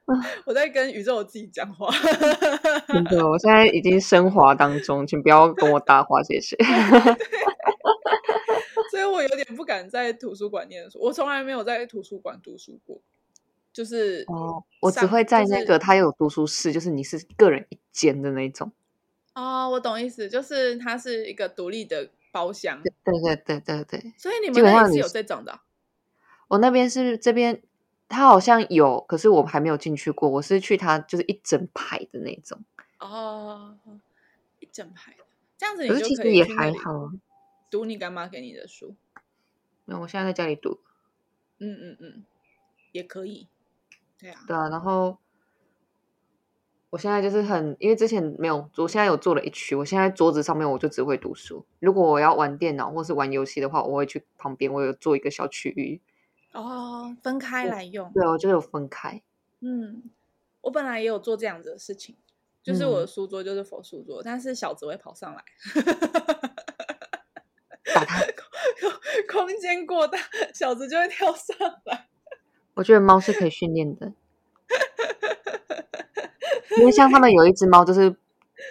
Speaker 1: 啊
Speaker 2: 我在跟宇宙我自己讲话。
Speaker 1: 真的，我现在已经升华当中，请不要跟我搭话，谢谢。
Speaker 2: 所以我有点不敢在图书馆念书，我从来没有在图书馆读书过，就是
Speaker 1: 哦，我只
Speaker 2: 上
Speaker 1: 会在
Speaker 2: 就
Speaker 1: 那
Speaker 2: 是
Speaker 1: 个他有读书室，就是你是个人一间的那一种。
Speaker 2: 哦，我懂意思，就是它是一个独立的包厢，
Speaker 1: 对对对对对，
Speaker 2: 所以你
Speaker 1: 基
Speaker 2: 们
Speaker 1: 本
Speaker 2: 那
Speaker 1: 上
Speaker 2: 里是
Speaker 1: 你
Speaker 2: 有
Speaker 1: 是
Speaker 2: 这种的啊、
Speaker 1: 我那边是这边，他好像有，可是我还没有进去过，我是去他就是一整排的那种。
Speaker 2: 哦，一整排的，这样子你
Speaker 1: 可是
Speaker 2: 就
Speaker 1: 其
Speaker 2: 可
Speaker 1: 实
Speaker 2: 以
Speaker 1: 也
Speaker 2: 去那
Speaker 1: 还
Speaker 2: 里
Speaker 1: 好啊，
Speaker 2: 读你干妈给你的书。
Speaker 1: 那我现在在家里读。
Speaker 2: 嗯嗯嗯，也可以。对啊，
Speaker 1: 对啊，然后我现在就是很，因为之前没有，我现在有做了一区，我现在桌子上面我就只会读书。如果我要玩电脑或是玩游戏的话，我会去旁边，我有做一个小区域，
Speaker 2: 哦，分开来用。
Speaker 1: 对，我就有分开。
Speaker 2: 嗯，我本来也有做这样子的事情，就是我的
Speaker 1: 嗯
Speaker 2: 书桌就是佛书桌，但是小子会跑上来，
Speaker 1: 打他，
Speaker 2: 空间过大，小子就会跳上来。
Speaker 1: 我觉得猫是可以训练的，因为像他们有一只猫，就是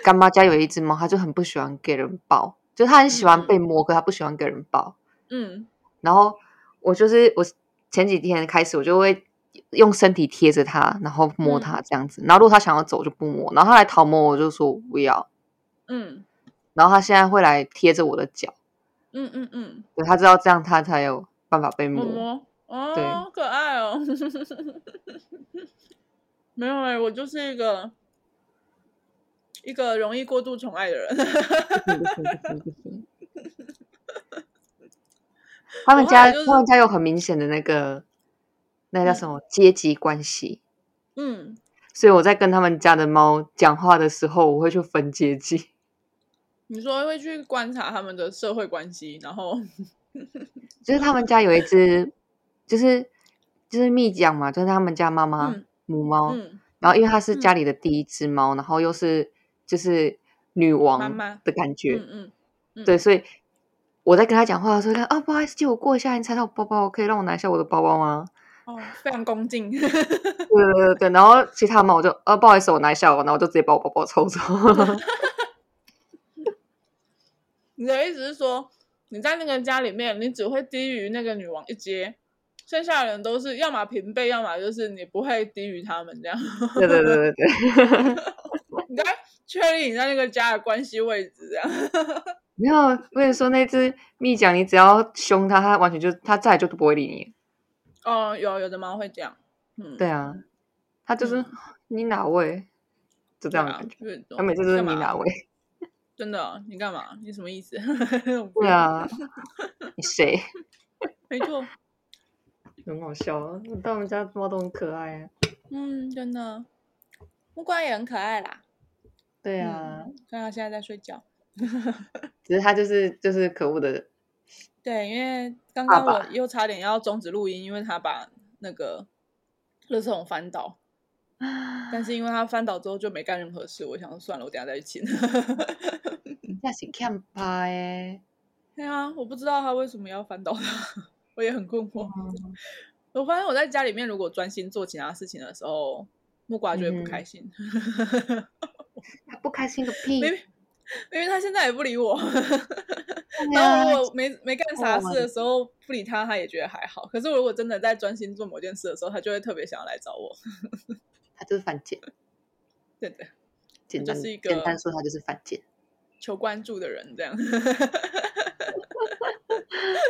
Speaker 1: 干妈家有一只猫，它就很不喜欢给人抱，就是它很喜欢被摸，可它不喜欢给人抱。
Speaker 2: 嗯，
Speaker 1: 然后我就是我前几天开始，我就会用身体贴着它，然后摸
Speaker 2: 嗯
Speaker 1: 它这样子。然后如果它想要走就不摸，然后它来逃摸我就说我不要。
Speaker 2: 嗯
Speaker 1: 然后它现在会来贴着我的脚，
Speaker 2: 嗯嗯嗯，
Speaker 1: 对，它知道这样它才有办法被摸。
Speaker 2: 摸摸，哦，可爱哦。 没有哎、我就是一个一个容易过度宠爱的人。
Speaker 1: 不行不行不行不行他们
Speaker 2: 我后来
Speaker 1: 家、
Speaker 2: 就是
Speaker 1: 他们家有很明显的那个那个叫什么、阶级关系，
Speaker 2: 嗯，
Speaker 1: 所以我在跟他们家的猫讲话的时候，我会去分阶级。
Speaker 2: 你说会去观察他们的社会关系，然后
Speaker 1: 就是他们家有一只，就是就是蜜酱嘛，就是他们家妈妈、
Speaker 2: 嗯
Speaker 1: 母猫，
Speaker 2: 嗯
Speaker 1: 然后因为它是
Speaker 2: 嗯
Speaker 1: 家里的第一只猫，然后又是就是女王
Speaker 2: 妈
Speaker 1: 的感觉，
Speaker 2: 嗯嗯嗯
Speaker 1: 对，所以我在跟他讲话的时候，他啊不好意思，借我过一下，你拆到我包包，可以让我拿一下我的包包吗？
Speaker 2: 哦，非常恭敬。
Speaker 1: 对对对对，然后其他猫我就呃、不好意思，我拿一下我，然后我就直接把我包包抽走。
Speaker 2: 你的意思是说，你在那个家里面，你只会低于那个女王一阶，剩下的人都是要么平辈，要么就是你不会低于他们这样。
Speaker 1: 对对对对 对。
Speaker 2: 你在确立你在那个家的关系位置这样。
Speaker 1: 没有，我跟你说，那只蜜酱，你只要凶它，它完全就它再也就不会理你。
Speaker 2: 哦，有有的猫会这样，嗯，
Speaker 1: 对啊，它就是、
Speaker 2: 嗯
Speaker 1: 你哪位，就这
Speaker 2: 对
Speaker 1: 样的
Speaker 2: 啊，
Speaker 1: 感觉。
Speaker 2: 就是这种
Speaker 1: 它每次都是
Speaker 2: 干
Speaker 1: 你
Speaker 2: 嘛
Speaker 1: 哪位？
Speaker 2: 真的哦，你干嘛？你什么意思？
Speaker 1: 对， 啊，你谁？
Speaker 2: 没错，
Speaker 1: 很好笑啊！但我们家猫都很可爱啊。
Speaker 2: 嗯，真的，木瓜也很可爱啦。
Speaker 1: 对
Speaker 2: 对
Speaker 1: 啊，
Speaker 2: 虽然它现在在睡觉。
Speaker 1: 只是它就是就是可恶的，
Speaker 2: 对，因为刚
Speaker 1: 爸
Speaker 2: 刚我
Speaker 1: 爸
Speaker 2: 又差点要终止录音，因为他把那个垃圾桶翻倒，
Speaker 1: 啊
Speaker 2: 但是因为他翻倒之后就没干任何事，我想说算了，我等一下再去清。
Speaker 1: 那是看吧哎。
Speaker 2: 对啊，我不知道他为什么要翻倒它，我也很困惑。
Speaker 1: 嗯
Speaker 2: 我发现我在家里面如果专心做其他事情的时候，木瓜就会
Speaker 1: 嗯
Speaker 2: 不
Speaker 1: 哼
Speaker 2: 开心，
Speaker 1: 它不开心个屁！
Speaker 2: 明明因为他现在也不理我。
Speaker 1: 对
Speaker 2: 然后
Speaker 1: 啊
Speaker 2: 如果没没干啥事的时候不理他，他也觉得还好。可是我如果真的在专心做某件事的时候，他就会特别想要来找我。
Speaker 1: 它就是犯 贱，
Speaker 2: 对的，
Speaker 1: 简单
Speaker 2: 就是一个
Speaker 1: 简单说，它就是犯 贱。
Speaker 2: 求关注的人这样，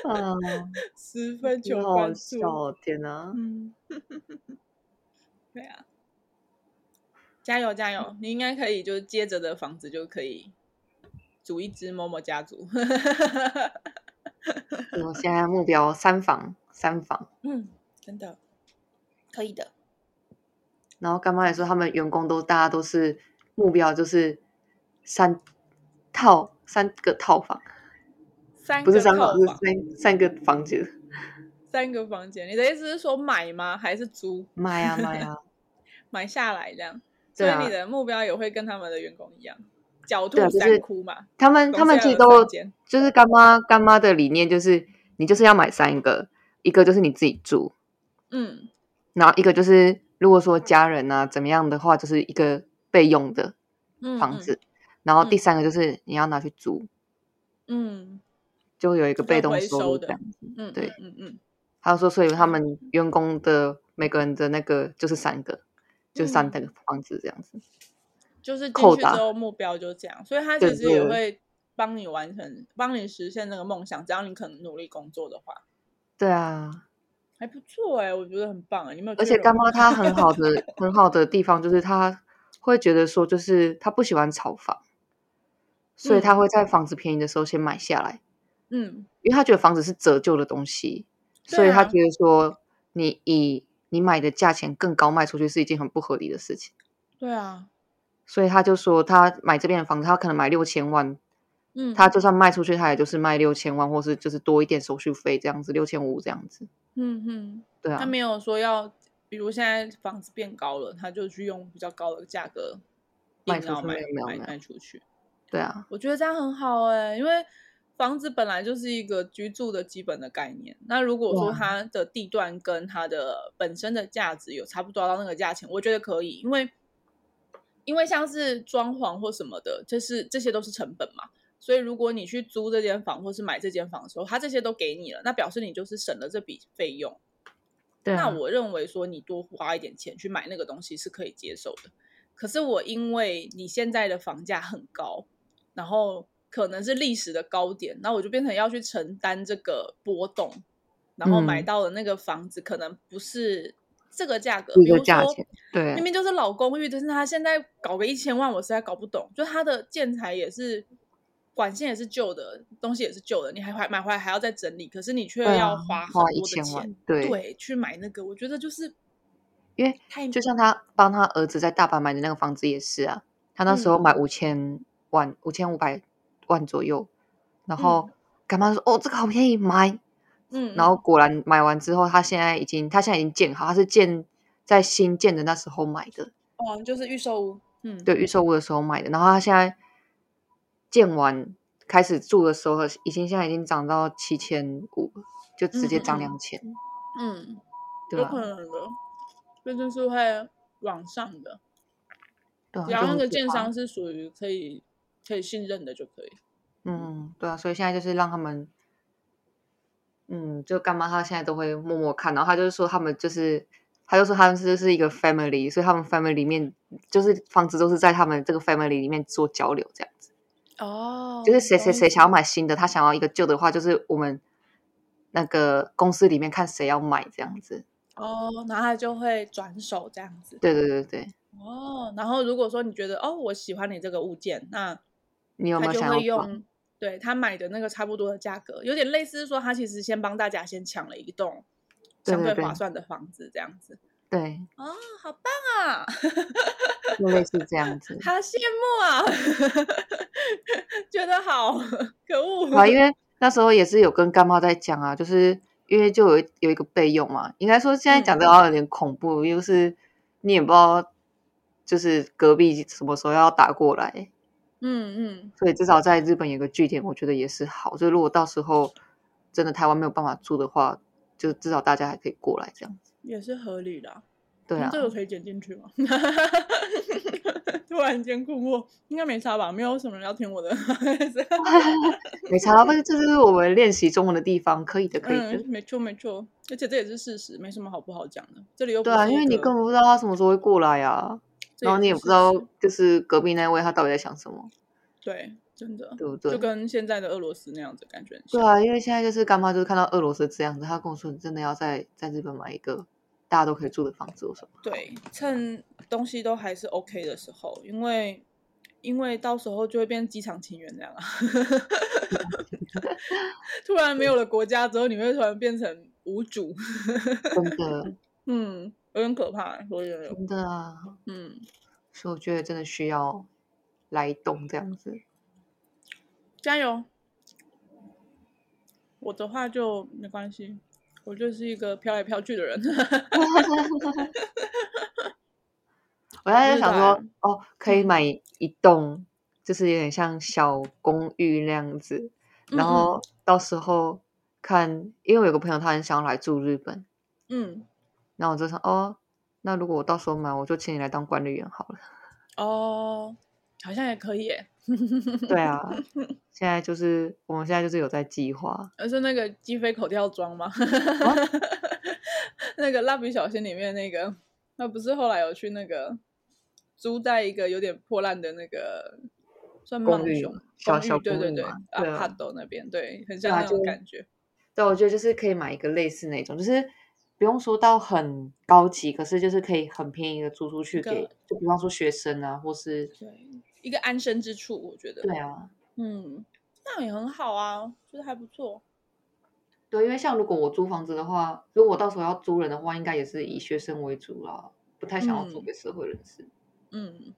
Speaker 1: 嗯，
Speaker 2: 十分求
Speaker 1: 真的好
Speaker 2: 关
Speaker 1: 好
Speaker 2: 注
Speaker 1: 笑。哦！天 哪，
Speaker 2: 嗯， 对啊，加油加油！你应该可以，就是接着的房子就可以组一支某某家族。
Speaker 1: 我现在目标三房三房。
Speaker 2: 嗯，真的可以的。
Speaker 1: 然后干妈也说，他们员工都大家都是目标就是三套三个套房，
Speaker 2: 三
Speaker 1: 不
Speaker 2: 个
Speaker 1: 是三
Speaker 2: 套
Speaker 1: 房，是
Speaker 2: 房，
Speaker 1: 三三个房间。
Speaker 2: 三个房间。你的意思是说买吗？还是租？
Speaker 1: 买啊买啊，
Speaker 2: 买下来这样？所
Speaker 1: 对
Speaker 2: 以
Speaker 1: 啊
Speaker 2: 你的目标也会跟他们的员工一样，狡兔
Speaker 1: 对啊就是
Speaker 2: 三窟嘛。
Speaker 1: 他们
Speaker 2: 公
Speaker 1: 他们
Speaker 2: 司
Speaker 1: 其实
Speaker 2: 要有
Speaker 1: 都
Speaker 2: 三间
Speaker 1: 就是干妈干妈的理念就是，你就是要买三个，一个就是你自己住，
Speaker 2: 嗯
Speaker 1: 然后一个就是如果说家人啊怎么样的话，就是一个备用的
Speaker 2: 嗯
Speaker 1: 房
Speaker 2: 嗯
Speaker 1: 子，然后第
Speaker 2: 嗯
Speaker 1: 三个就是你要拿去租，
Speaker 2: 嗯
Speaker 1: 就会有一个
Speaker 2: 就
Speaker 1: 被
Speaker 2: 是
Speaker 1: 动
Speaker 2: 回
Speaker 1: 收
Speaker 2: 收
Speaker 1: 入
Speaker 2: 的
Speaker 1: 这样子。
Speaker 2: 嗯，
Speaker 1: 对
Speaker 2: 嗯嗯嗯，
Speaker 1: 还有说，所以他们员工的每个人的那个就是三个，就是三
Speaker 2: 嗯
Speaker 1: 个房子这样子。
Speaker 2: 就是进
Speaker 1: 扣
Speaker 2: 去之
Speaker 1: 打
Speaker 2: 后目标就是这样，所以他
Speaker 1: 对
Speaker 2: 其实也
Speaker 1: 对
Speaker 2: 会帮你完成，帮你实现那个梦想，只要你肯努力工作的话，
Speaker 1: 对啊，
Speaker 2: 还不错哎、我觉得很棒哎、你有没有？
Speaker 1: 而且干妈她很好的很好的地方就是她会觉得说，就是她不喜欢炒房，所以她会在房子便宜的时候先买下来，
Speaker 2: 嗯，
Speaker 1: 因为她觉得房子是折旧的东西，所以
Speaker 2: 对
Speaker 1: 她
Speaker 2: 啊
Speaker 1: 觉得说你以你买的价钱更高卖出去是一件很不合理的事情。
Speaker 2: 对啊，
Speaker 1: 所以他就说，他买这边的房子，他可能买六千万，
Speaker 2: 嗯，
Speaker 1: 他就算卖出去，他也就是卖六千万，或是就是多一点手续费这样子，六千五这样子。
Speaker 2: 嗯哼，
Speaker 1: 对
Speaker 2: 他
Speaker 1: 啊，
Speaker 2: 没有说要，比如现在房子变高了，他就去用比较高的价格
Speaker 1: 卖
Speaker 2: 硬
Speaker 1: 出
Speaker 2: 要
Speaker 1: 去
Speaker 2: 买
Speaker 1: 没有没
Speaker 2: 买
Speaker 1: 有
Speaker 2: 卖出去。
Speaker 1: 对啊，
Speaker 2: 我觉得这样很好哎、因为房子本来就是一个居住的基本的概念。那如果说
Speaker 1: 对啊
Speaker 2: 它的地段跟它的本身的价值有差不多到那个价钱，我觉得可以，因为因为像是装潢或什么的，就是这些都是成本嘛。所以如果你去租这间房或是买这间房的时候，它这些都给你了，那表示你就是省了这笔费用。
Speaker 1: 对啊，
Speaker 2: 那我认为说你多花一点钱去买那个东西是可以接受的。可是我因为你现在的房价很高，然后可能是历史的高点，那我就变成要去承担这个波动，然后买
Speaker 1: 嗯
Speaker 2: 到的那个房子可能不是这个价格，
Speaker 1: 一
Speaker 2: 比
Speaker 1: 个
Speaker 2: 如
Speaker 1: 价
Speaker 2: 说
Speaker 1: 钱对
Speaker 2: 明明就是老公寓，但是他现在搞个一千万，我实在搞不懂。就他的建材也是，管线也是旧的，东西也是旧的，你还还买回来还要再整理，可是你却
Speaker 1: 对啊
Speaker 2: 要花很
Speaker 1: 花
Speaker 2: 多的
Speaker 1: 1000
Speaker 2: 钱，
Speaker 1: 万对
Speaker 2: 去买那个，我觉得就是
Speaker 1: 因为
Speaker 2: 太
Speaker 1: 就像他帮他儿子在大阪买的那个房子也是啊，他那时候
Speaker 2: 嗯
Speaker 1: 买五千万、五千五百万左右，然后干妈说：“哦，这个好便宜，买。”
Speaker 2: 嗯，
Speaker 1: 然后果然买完之后，他现在已经他现在已经建好，他是建在新建的那时候买的，
Speaker 2: 嗯哦，就是预售屋，嗯，
Speaker 1: 对预售屋的时候买的，然后他现在建完开始住的时候，已经现在已经涨到七千五，就直接涨
Speaker 2: 嗯嗯嗯
Speaker 1: 两千、
Speaker 2: 嗯，
Speaker 1: 对啊
Speaker 2: 有
Speaker 1: 吧、
Speaker 2: 可能的，这就是会往上的，
Speaker 1: 对啊，
Speaker 2: 只要
Speaker 1: 就
Speaker 2: 那
Speaker 1: 很
Speaker 2: 个
Speaker 1: 可
Speaker 2: 建
Speaker 1: 怕
Speaker 2: 商是属于可以可以信任的就可以。
Speaker 1: 嗯，对啊，所以现在就是让他们，嗯，就干妈她现在都会默默看，然后她就是说他们就是，她就说他们是是一个 family，所以他们 family 里面就是房子都是在他们这个 family 里面做交流这样子，
Speaker 2: 哦
Speaker 1: 就是谁谁谁想要买新的，他想要一个旧的话，就是我们那个公司里面看谁要买这样子，
Speaker 2: 哦，然后他就会转手这样子。
Speaker 1: 对对对对，
Speaker 2: 哦，然后如果说你觉得哦，我喜欢你这个物件，那
Speaker 1: 你有没
Speaker 2: 他
Speaker 1: 有
Speaker 2: 就
Speaker 1: 想要
Speaker 2: 会
Speaker 1: 转？
Speaker 2: 用对他买的那个差不多的价格，有点类似说他其实先帮大家先抢了一栋
Speaker 1: 对
Speaker 2: 相
Speaker 1: 对
Speaker 2: 对划
Speaker 1: 对
Speaker 2: 算的房子，这样子
Speaker 1: 对，
Speaker 2: 哦，好棒啊，，
Speaker 1: 就类似这样子
Speaker 2: 好羡慕啊， 觉得好可恶，
Speaker 1: 啊，因为那时候也是有跟干妈在讲啊，就是因为就有一有一个备用嘛，应该说现在讲
Speaker 2: 嗯
Speaker 1: 的话有点恐怖，又是你也不知道，就是隔壁什么时候要打过来，
Speaker 2: 嗯嗯，
Speaker 1: 所以至少在日本有个据点，我觉得也是好。就如果到时候真的台湾没有办法住的话，就至少大家还可以过来这样子。
Speaker 2: 也是合理的啊、
Speaker 1: 对
Speaker 2: 嗯
Speaker 1: 啊，
Speaker 2: 这个可以剪进去吗？ 突然间困惑，应该没差吧？没有什么人要听我的，
Speaker 1: 没差啦，但是这就是我们练习中文的地方，可以的，可以的
Speaker 2: 嗯，。没错没错，而且这也是事实，没什么好不好讲的。这里又不
Speaker 1: 对啊，
Speaker 2: 是
Speaker 1: 因
Speaker 2: 一
Speaker 1: 为你
Speaker 2: 个
Speaker 1: 根本不知道他什么时候会过来啊，
Speaker 2: 这
Speaker 1: 然后
Speaker 2: 是
Speaker 1: 你也不
Speaker 2: 事
Speaker 1: 知道
Speaker 2: 实
Speaker 1: 就是隔壁那位他到底在想什么，
Speaker 2: 对，真的
Speaker 1: 对不对？
Speaker 2: 就跟现在的俄罗斯那样子感觉很
Speaker 1: 对
Speaker 2: 像。
Speaker 1: 啊，因为现在就是干妈，就是看到俄罗斯这样子，她跟我说你真的要在在日本买一个大家都可以住的房子，我说
Speaker 2: 对，趁东西都还是 OK 的时候，因为因为到时候就会变机场情缘这样啊。 突然没有了国家之后，你会突然变成无主，
Speaker 1: 真 的
Speaker 2: 嗯，有点可怕、所以
Speaker 1: 真的啊，
Speaker 2: 嗯，
Speaker 1: 所以我觉得真的需要来一栋这样子。
Speaker 2: 加油！我的话就没关系，我就是一个飘来飘去的人。
Speaker 1: 我现在
Speaker 2: 日
Speaker 1: 就想说
Speaker 2: 本，
Speaker 1: 哦，可以
Speaker 2: 嗯
Speaker 1: 买一栋，就是有点像小公寓那样子，然
Speaker 2: 嗯嗯
Speaker 1: 后到时候看，因为我有个朋友他很想要来住日本，
Speaker 2: 嗯，
Speaker 1: 然后我就想，哦，那如果我到时候买，我就请你来当管理员好了。
Speaker 2: 哦，好像也可以耶。
Speaker 1: 对啊， 现在就是我们现在就是有在计划。
Speaker 2: 而是那个鸡飞口跳装吗？
Speaker 1: 啊
Speaker 2: 那个蜡笔小新里面那个，那不是后来有去那个租在一个有点破烂的那个算
Speaker 1: 公
Speaker 2: 曼
Speaker 1: 寓
Speaker 2: 熊
Speaker 1: 小
Speaker 2: 公寓
Speaker 1: 小
Speaker 2: 对
Speaker 1: 公
Speaker 2: 对
Speaker 1: 寓
Speaker 2: 对，
Speaker 1: 嘛
Speaker 2: 啊
Speaker 1: 对啊
Speaker 2: 帕斗那边对，很
Speaker 1: 对
Speaker 2: 像
Speaker 1: 啊
Speaker 2: 那种
Speaker 1: 就
Speaker 2: 感觉。
Speaker 1: 对，我觉得就是可以买一个类似那种，就是不用说到很高级，可是就是可以很便宜的租出去
Speaker 2: 个
Speaker 1: 给，就比方说学生啊，或是
Speaker 2: 对，一个安身之处，我觉得，
Speaker 1: 对啊，
Speaker 2: 嗯，那样也很好啊，觉得还不错。
Speaker 1: 对，因为像如果我租房子的话，如果我到时候要租人的话，应该也是以学生为主啦，不太想要租
Speaker 2: 嗯
Speaker 1: 给社会人士，
Speaker 2: 嗯，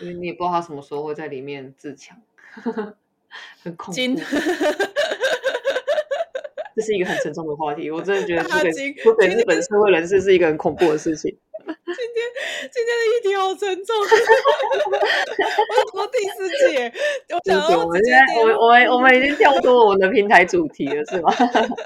Speaker 1: 因为你也不知道他什么时候会在里面自强， 很恐
Speaker 2: 金
Speaker 1: 怖。这是一个很沉重的话题，我真的 觉得租
Speaker 2: 金
Speaker 1: 给租给
Speaker 2: 今
Speaker 1: 日本社会人士是一个很恐怖的事情。
Speaker 2: 今天的议题好沉重，我想说第四季耶，我
Speaker 1: 对
Speaker 2: 想
Speaker 1: 不起，
Speaker 2: 要
Speaker 1: 我们
Speaker 2: 直接
Speaker 1: 现在
Speaker 2: 进
Speaker 1: 我
Speaker 2: 入
Speaker 1: 们我们我们已经跳脱我们的平台主题了，是吗？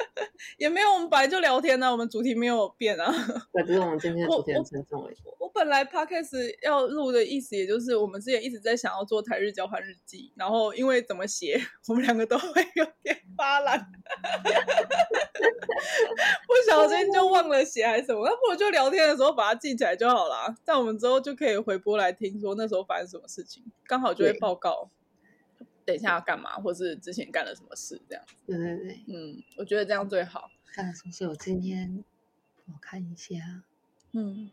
Speaker 2: 也没有，我们本来就聊天呢、啊我们主题没有变啊。
Speaker 1: 对，只是我们今天的
Speaker 2: 我
Speaker 1: 主题很
Speaker 2: 我
Speaker 1: 沉重而已。
Speaker 2: 我本来 podcast 要录的意思，也就是我们之前一直在想要做台日交换日记，然后因为怎么写，我们两个都会有点发懒， 不小心就忘了写还是什么，那不如就聊天的时候把它记起来就好啦。这样我们之后就可以回播来听，说那时候发生什么事情，刚好就会
Speaker 1: 对
Speaker 2: 报告。等一下要干嘛，或是之前干了什么事，这样，
Speaker 1: 对对对，
Speaker 2: 嗯，我觉得这样最好，
Speaker 1: 看是不是我今天我看一下，
Speaker 2: 嗯，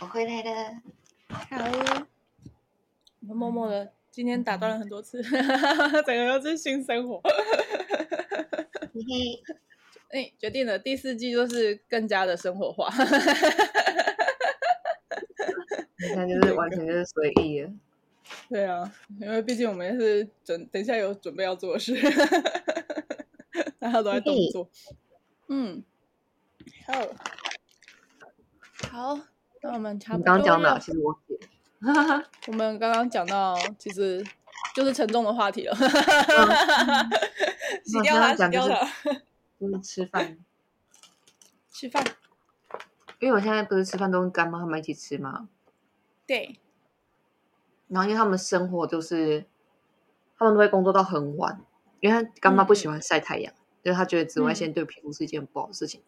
Speaker 1: 我回来了。
Speaker 2: 好，嗯我们默默的今天打断了很多次， 整个都是新生活。
Speaker 1: 嘿嘿，
Speaker 2: 哎、决定了第四季就是更加的生活化。
Speaker 1: 你看就是完全就是随意了。
Speaker 2: 对啊，因为毕竟我们也是准等一下有准备要做的事， 大家都在
Speaker 1: 嘿
Speaker 2: 动
Speaker 1: 嘿
Speaker 2: 作。嗯，好，好，那我们差
Speaker 1: 你
Speaker 2: 不多。
Speaker 1: 刚刚讲哪？其实我写 了。
Speaker 2: 我们刚刚讲到，其实就是沉重的 话题了。洗掉它，
Speaker 1: 我刚刚
Speaker 2: 洗
Speaker 1: 讲就是
Speaker 2: 掉它，
Speaker 1: 嗯就是吃饭，
Speaker 2: 吃饭。
Speaker 1: 因为我现在不是吃饭都跟干妈他们一起吃嘛，
Speaker 2: 对，
Speaker 1: 然后因为他们生活就是，他们都会工作到很晚，因为他干妈不喜
Speaker 2: 嗯
Speaker 1: 欢晒太阳，就是她觉得紫外线
Speaker 2: 嗯
Speaker 1: 对皮肤是一件不好的事情。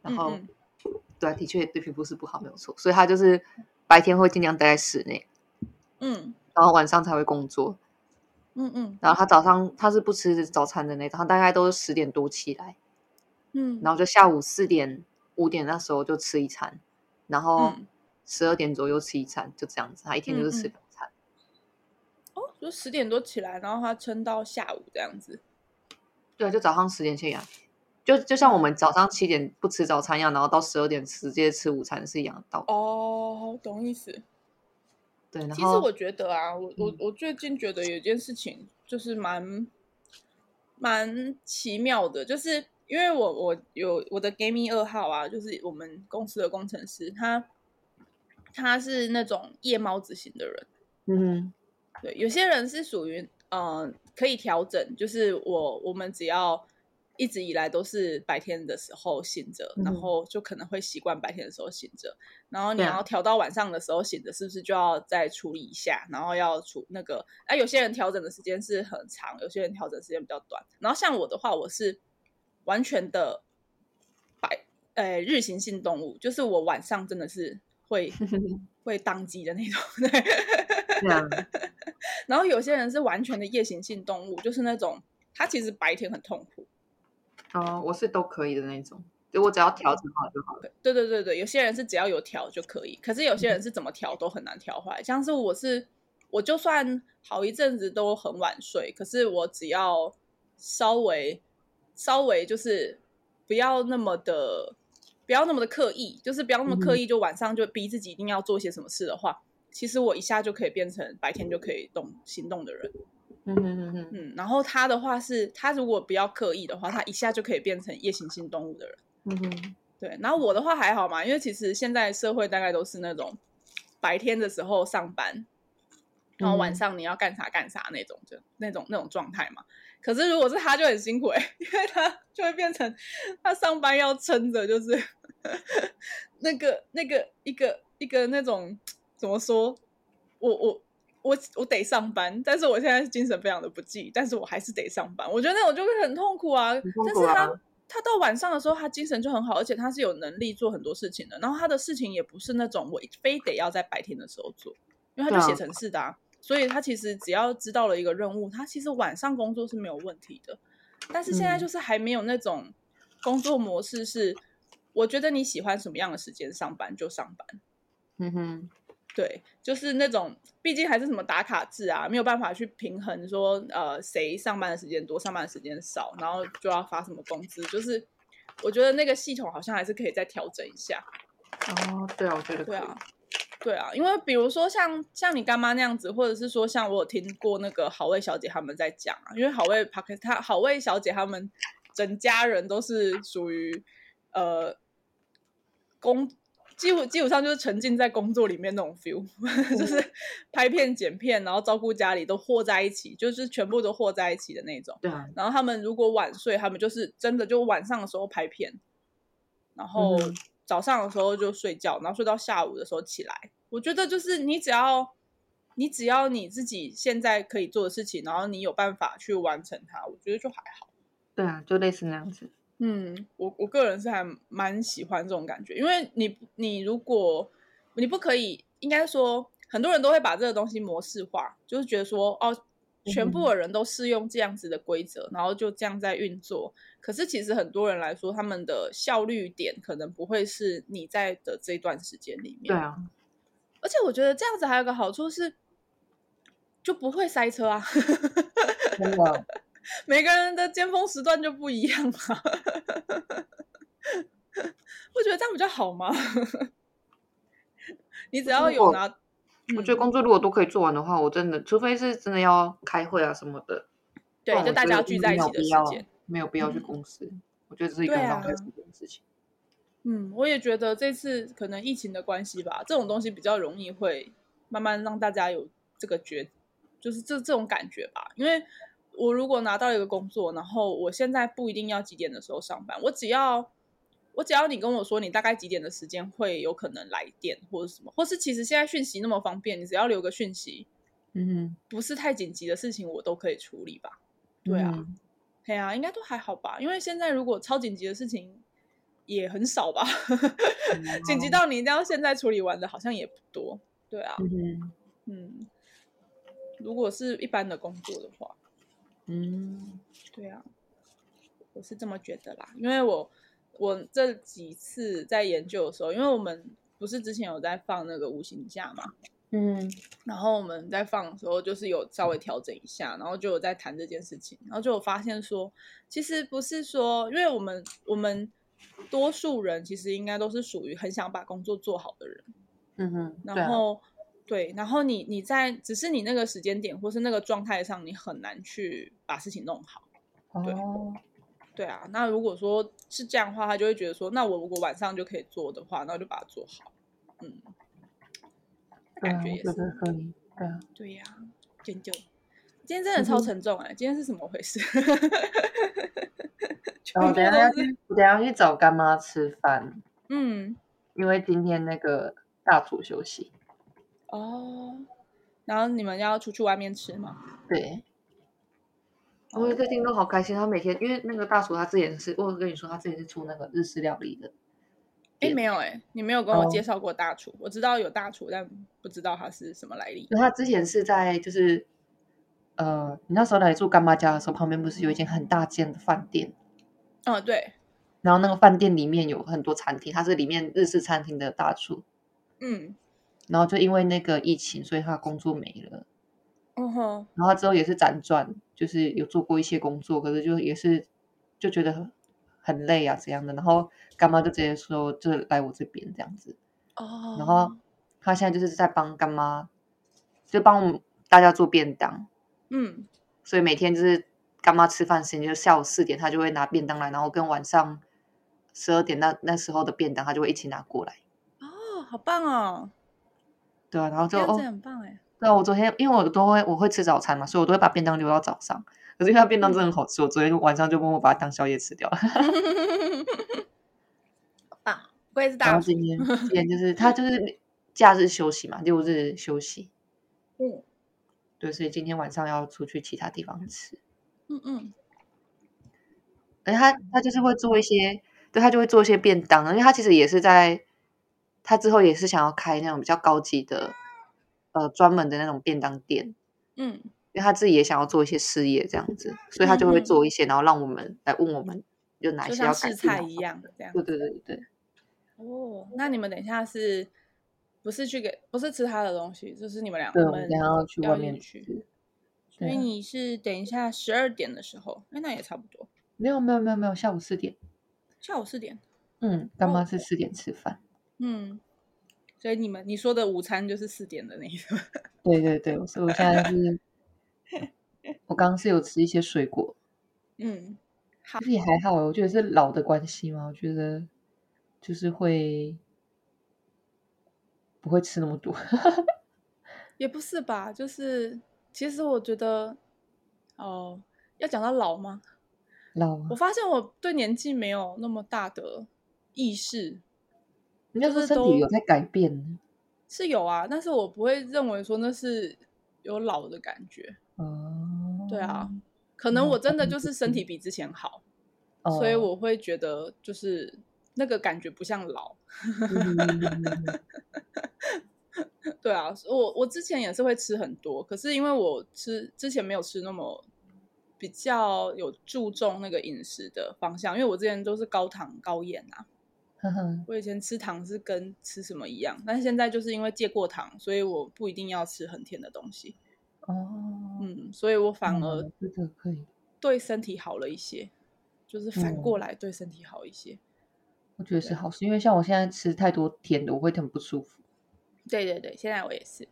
Speaker 1: 然
Speaker 2: 嗯
Speaker 1: 后，
Speaker 2: 嗯
Speaker 1: 对啊，的确对皮肤是不好，没有错。所以她就是白天会尽量待在室内，
Speaker 2: 嗯
Speaker 1: 然后晚上才会工作。
Speaker 2: 嗯嗯
Speaker 1: 然后她早上她是不吃早餐的那种，她大概都是十点多起来，
Speaker 2: 嗯，
Speaker 1: 然后就下午四点五点那时候就吃一餐，然后
Speaker 2: 嗯
Speaker 1: 十二点左右吃一餐，就这样子。她一天就是吃
Speaker 2: 嗯嗯
Speaker 1: 两餐。
Speaker 2: 哦，就十点多起来，然后他撑到下午这样子。
Speaker 1: 对啊，就早上十点前养，就就像我们早上七点不吃早餐一样，然后到十二点直接吃午餐是一样的道理。
Speaker 2: 哦，懂意思。
Speaker 1: 对，然
Speaker 2: 其实
Speaker 1: 后
Speaker 2: 我觉得啊，我我
Speaker 1: 嗯
Speaker 2: 我最近觉得有一件事情就是蛮蛮奇妙的，就是因为我我有我的 gaming 二号啊，就是我们公司的工程师，他他是那种夜猫子型的人。
Speaker 1: 嗯
Speaker 2: 对，有些人是属于呃可以调整，就是我我们只要一直以来都是白天的时候醒着，然
Speaker 1: 嗯
Speaker 2: 后就可能会习惯白天的时候醒着，然后你
Speaker 1: 对
Speaker 2: 要
Speaker 1: 啊
Speaker 2: 调到晚上的时候醒着，是不是就要再处理一下？然后要处那个，哎、有些人调整的时间是很长，有些人调整时间比较短。然后像我的话，我是完全的白，呃，日行性动物，就是我晚上真的是 会会当机的那种，对。
Speaker 1: 哼，对啊，
Speaker 2: 然后有些人是完全的夜行性动物，就是那种他其实白天很痛苦。
Speaker 1: 哦，我是都可以的那种，就我只要调整好就好了。
Speaker 2: 对对对对，有些人是只要有调就可以，可是有些人是怎么调都很难调回来。像是我是，我就算好一阵子都很晚睡，可是我只要稍微稍微就是不要那么的不要那么的刻意，就是不要那么刻意，就晚上就逼自己一定要做些什么事的话，其实我一下就可以变成白天就可以动行动的人。
Speaker 1: 嗯哼哼哼，
Speaker 2: 嗯，然后他的话是，他如果不要刻意的话，他一下就可以变成夜行性动物的人。
Speaker 1: 嗯哼，
Speaker 2: 对，然后我的话还好嘛，因为其实现在社会大概都是那种白天的时候上班，然后晚
Speaker 1: 嗯
Speaker 2: 上你要干啥干啥那种，就那种那种状态嘛。可是如果是他就很辛苦哎、因为他就会变成他上班要撑着，就是 那个那个一个一个那种怎么说，我我。我我得上班，但是我现在精神非常的不济，但是我还是得上班。我觉得那种就会很痛苦啊。
Speaker 1: 痛
Speaker 2: 但
Speaker 1: 苦
Speaker 2: 是他
Speaker 1: 啊
Speaker 2: 他到晚上的时候，他精神就很好，而且他是有能力做很多事情的。然后他的事情也不是那种我非得要在白天的时候做，因为他
Speaker 1: 对
Speaker 2: 就
Speaker 1: 啊
Speaker 2: 写程式的、啊，所以他其实只要知道了一个任务，他其实晚上工作是没有问题的。但是现
Speaker 1: 嗯
Speaker 2: 在就是还没有那种工作模式是，我觉得你喜欢什么样的时间上班就上班。
Speaker 1: 嗯哼，
Speaker 2: 对，就是那种，毕竟还是什么打卡制啊，没有办法去平衡说，呃，谁上班的时间多，上班的时间少，然后就要发什么工资，就是我觉得那个系统好像还是可以再调整一下。
Speaker 1: 哦，对啊，我觉得
Speaker 2: 对
Speaker 1: 可以
Speaker 2: 啊，对啊，因为比如说像像你干妈那样子，或者是说像我有听过那个好味小姐他们在讲啊，因为好味 p o 她好味小姐他们整家人都是属于呃工。基本基本上就是沉浸在工作里面那种 feel，、就是
Speaker 1: 嗯
Speaker 2: 拍片、剪片，然后照顾家里都和在一起，就是全部都和在一起的那种。
Speaker 1: 对啊，
Speaker 2: 然后他们如果晚睡，他们就是真的就晚上的时候拍片，然后
Speaker 1: 嗯
Speaker 2: 早上的时候就睡觉，然后睡到下午的时候起来。我觉得就是你只要你只要你自己现在可以做的事情，然后你有办法去完成它，我觉得就还好。
Speaker 1: 对啊，就类似那样子。
Speaker 2: 嗯，我我个人是还蛮喜欢这种感觉，因为你你如果你不可以，应该说很多人都会把这个东西模式化，就是觉得说哦，全
Speaker 1: 嗯
Speaker 2: 部的人都适用这样子的规则，然后就这样在运作。可是其实很多人来说，他们的效率点可能不会是你在的这段时间里面。
Speaker 1: 对啊，
Speaker 2: 而且我觉得这样子还有个好处是，就不会塞车啊。
Speaker 1: 真的，
Speaker 2: 每个人的尖峰时段就不一样嘛。 我觉得这样比较好吗？ 你只要有拿，
Speaker 1: 我觉得
Speaker 2: 嗯
Speaker 1: 工作如果都可以做完的话，我真的，除非是真的要开会啊什么的，不
Speaker 2: 对，
Speaker 1: 然
Speaker 2: 就
Speaker 1: 我
Speaker 2: 大
Speaker 1: 觉
Speaker 2: 家
Speaker 1: 得
Speaker 2: 聚
Speaker 1: 没
Speaker 2: 在一
Speaker 1: 有
Speaker 2: 起的
Speaker 1: 必
Speaker 2: 时
Speaker 1: 要
Speaker 2: 间。
Speaker 1: 没有必要去
Speaker 2: 嗯
Speaker 1: 公司，我觉得这是一个
Speaker 2: 对
Speaker 1: 很浪费
Speaker 2: 啊
Speaker 1: 时间的事情。
Speaker 2: 嗯，我也觉得这次可能疫情的关系吧，这种东西比较容易会慢慢让大家有这个觉，就是这这种感觉吧。因为我如果拿到一个工作，然后我现在不一定要几点的时候上班，我只要我只要你跟我说你大概几点的时间会有可能来电或者什么，或是其实现在讯息那么方便，你只要留个讯息，
Speaker 1: 嗯
Speaker 2: 不是太紧急的事情我都可以处理吧。
Speaker 1: 哼，
Speaker 2: 对啊，
Speaker 1: 嗯
Speaker 2: 对啊，应该都还好吧，因为现在如果超紧急的事情也很少吧，紧急到你一定要现在处理完的，好像也不多。对啊，
Speaker 1: 嗯
Speaker 2: 嗯，如果是一般的工作的话，
Speaker 1: 哼，嗯，
Speaker 2: 对啊，我是这么觉得啦，因为我我这几次在研究的时候，因为我们不是之前有在放那个无形假嘛，
Speaker 1: 嗯，
Speaker 2: 然后我们在放的时候，就是有稍微调整一下，然后就有在谈这件事情，然后就有发现说，其实不是说，因为我们我们多数人其实应该都是属于很想把工作做好的人，
Speaker 1: 嗯哼，对
Speaker 2: 然
Speaker 1: 啊
Speaker 2: 后对，然后你你在只是你那个时间点或是那个状态上，你很难去把事情弄好。对
Speaker 1: 哦，
Speaker 2: 对啊，那如果说是这样的话，他就会觉得说，那我如果晚上就可以做的话，那我就把它做好。嗯，
Speaker 1: 对啊，我觉
Speaker 2: 那感觉也是。
Speaker 1: 得可以，对啊，
Speaker 2: 对呀、研究。今天真的超沉重哎、今天是怎么回事？ 全
Speaker 1: 然后
Speaker 2: 部
Speaker 1: 哦等一下要
Speaker 2: 都是
Speaker 1: 去，我等一下要去找干妈吃饭，
Speaker 2: 嗯
Speaker 1: 因为今天那个大厨休息。
Speaker 2: 哦，然后你们要出去外面吃吗？
Speaker 1: 对，
Speaker 2: 哦
Speaker 1: 我有一个听众好开心，他每天因为那个大厨他之前是，我有跟你说他之前是出那个日式料理的，
Speaker 2: 哎，
Speaker 1: 点
Speaker 2: 没有哎、你没有跟我介
Speaker 1: 哦
Speaker 2: 绍过大厨，我知道有大厨，但不知道他是什么来历。
Speaker 1: 那他之前是在就是，呃，你那时候来住干妈家的时候，旁边不是有一间很大间的饭店，
Speaker 2: 嗯，对，
Speaker 1: 然后那个饭店里面有很多餐厅，他是里面日式餐厅的大厨，
Speaker 2: 嗯，
Speaker 1: 然后就因为那个疫情，所以他工作没了。
Speaker 2: 嗯哼，
Speaker 1: 然后他之后也是辗转，就是有做过一些工作，可是就也是就觉得很很累啊这样的。然后干妈就直接说，就来我这边这样子。
Speaker 2: 哦，
Speaker 1: 然后他现在就是在帮干妈，就帮我们大家做便当，
Speaker 2: 嗯，
Speaker 1: 所以每天就是干妈吃饭时间，就下午四点，他就会拿便当来，然后跟晚上十二点那那时候的便当，他就会一起拿过来。
Speaker 2: 哦，好棒哦，
Speaker 1: 对啊，然后就
Speaker 2: 这样子
Speaker 1: 哦，
Speaker 2: 很棒哎、
Speaker 1: 对啊，我昨天因为我都会我会吃早餐嘛，所以我都会把便当留到早上。可是因为它便当真的
Speaker 2: 嗯
Speaker 1: 很好吃，我昨天晚上就默默把它当宵夜吃掉了。
Speaker 2: 好棒，不愧是
Speaker 1: 然
Speaker 2: 大
Speaker 1: 后
Speaker 2: 厨，
Speaker 1: 今天今天就是他就是假日休息嘛，六日休息，
Speaker 2: 嗯
Speaker 1: 对，所以今天晚上要出去其他地方吃。
Speaker 2: 嗯嗯，
Speaker 1: 而且他他就是会做一些，对他就会做一些便当，因为他其实也是在他之后也是想要开那种比较高级的，呃，专门的那种便当店，
Speaker 2: 嗯，
Speaker 1: 因为他自己也想要做一些事业这样子，所以他就会
Speaker 2: 嗯嗯
Speaker 1: 做一些，然后让我们来问我们有哪
Speaker 2: 就
Speaker 1: 些要
Speaker 2: 像
Speaker 1: 改
Speaker 2: 试
Speaker 1: 进啊
Speaker 2: 菜
Speaker 1: 的。
Speaker 2: 一样这样
Speaker 1: 对。对对对，
Speaker 2: 哦，那你们等一下是不是去给，不是吃他的东西，就是你们俩
Speaker 1: 对，
Speaker 2: 我
Speaker 1: 我们
Speaker 2: 们
Speaker 1: 等一下要去
Speaker 2: 要
Speaker 1: 外
Speaker 2: 一起
Speaker 1: 面
Speaker 2: 去
Speaker 1: 吃。
Speaker 2: 所
Speaker 1: 对
Speaker 2: 以
Speaker 1: 啊
Speaker 2: 你是等一下十二点的时候，哎，那也差不多，
Speaker 1: 没有没有没有没有，下午四点，
Speaker 2: 下午四点。
Speaker 1: 嗯，干妈
Speaker 2: 哦
Speaker 1: 是四点吃饭。
Speaker 2: 嗯，所以你们你说的午餐就是四点的那一个。
Speaker 1: 对对对，所以我现在是，我刚刚是有吃一些水果，
Speaker 2: 嗯，
Speaker 1: 其实也还好，我觉得是老的关系嘛，我觉得就是会不会吃那么多。
Speaker 2: 也不是吧，就是其实我觉得，哦，要讲到老吗？
Speaker 1: 老啊
Speaker 2: 我，发现我对年纪没有那么大的意识，
Speaker 1: 人家
Speaker 2: 就
Speaker 1: 说
Speaker 2: 是
Speaker 1: 身
Speaker 2: 都
Speaker 1: 体有在改变呢，
Speaker 2: 是有啊，但是我不会认为说那是有老的感觉。
Speaker 1: 哦，
Speaker 2: 对啊，可能
Speaker 1: 嗯
Speaker 2: 我真的
Speaker 1: 嗯
Speaker 2: 就是身体比之前好，
Speaker 1: 哦，
Speaker 2: 所以我会觉得就是那个感觉不像老。
Speaker 1: 嗯嗯嗯嗯嗯
Speaker 2: 对啊，我我之前也是会吃很多，可是因为我吃之前没有吃那么比较有注重那个饮食的方向，因为我之前都是高糖高盐啊，
Speaker 1: 呵呵
Speaker 2: 我以前吃糖是跟吃什么一样，但是现在就是因为戒过糖，所以我不一定要吃很甜的东西，
Speaker 1: 哦，
Speaker 2: 嗯，所以我反而
Speaker 1: 嗯这个可以，
Speaker 2: 对身体好了一些，就是反
Speaker 1: 嗯
Speaker 2: 过来对身体好一些。
Speaker 1: 我觉得是
Speaker 2: 对
Speaker 1: 好事，因为像我现在吃太多甜的，我会很不舒服。
Speaker 2: 对对对，现在我也是，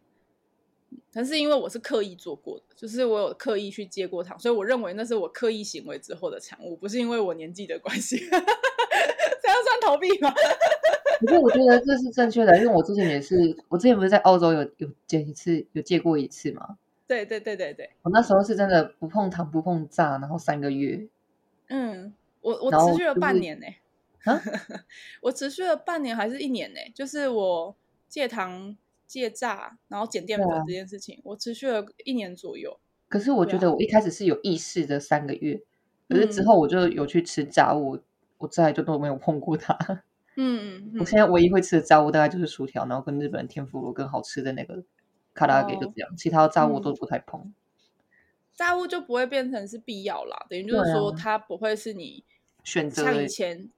Speaker 2: 但是因为我是刻意做过的，就是我有刻意去戒过糖，所以我认为那是我刻意行为之后的产物，不是因为我年纪的关系。 这样算逃避吗？
Speaker 1: 可是我觉得这是正确的，因为我之前也是，我之前不是在澳洲有有戒一次，有戒过一次嘛。
Speaker 2: 对对对对对，
Speaker 1: 我那时候是真的不碰糖不碰炸，然后三个月，
Speaker 2: 嗯，我我
Speaker 1: 然后
Speaker 2: 持续了
Speaker 1: 就是
Speaker 2: 半年呢、
Speaker 1: 啊
Speaker 2: 我持续了半年还是一年呢、就是我戒糖、戒炸，然后减淀粉
Speaker 1: 对啊
Speaker 2: 这件事情，我持续了一年左右。
Speaker 1: 可是我
Speaker 2: 对
Speaker 1: 觉
Speaker 2: 啊
Speaker 1: 得我一开始是有意识的三个月，可是之
Speaker 2: 嗯
Speaker 1: 后我就有去吃炸物，我再来就都没有碰过它。
Speaker 2: 嗯嗯嗯
Speaker 1: 我，现在唯一会吃的炸物大概就是薯条，然后跟日本天妇罗跟好吃的那个卡拉给就
Speaker 2: 哦
Speaker 1: 这样，其他的炸物我都
Speaker 2: 嗯
Speaker 1: 不太碰。
Speaker 2: 炸物就不会变成是必要啦，等于就是
Speaker 1: 对啊
Speaker 2: 说它不会是你
Speaker 1: 选择
Speaker 2: 像
Speaker 1: 而
Speaker 2: 以
Speaker 1: 已
Speaker 2: 前，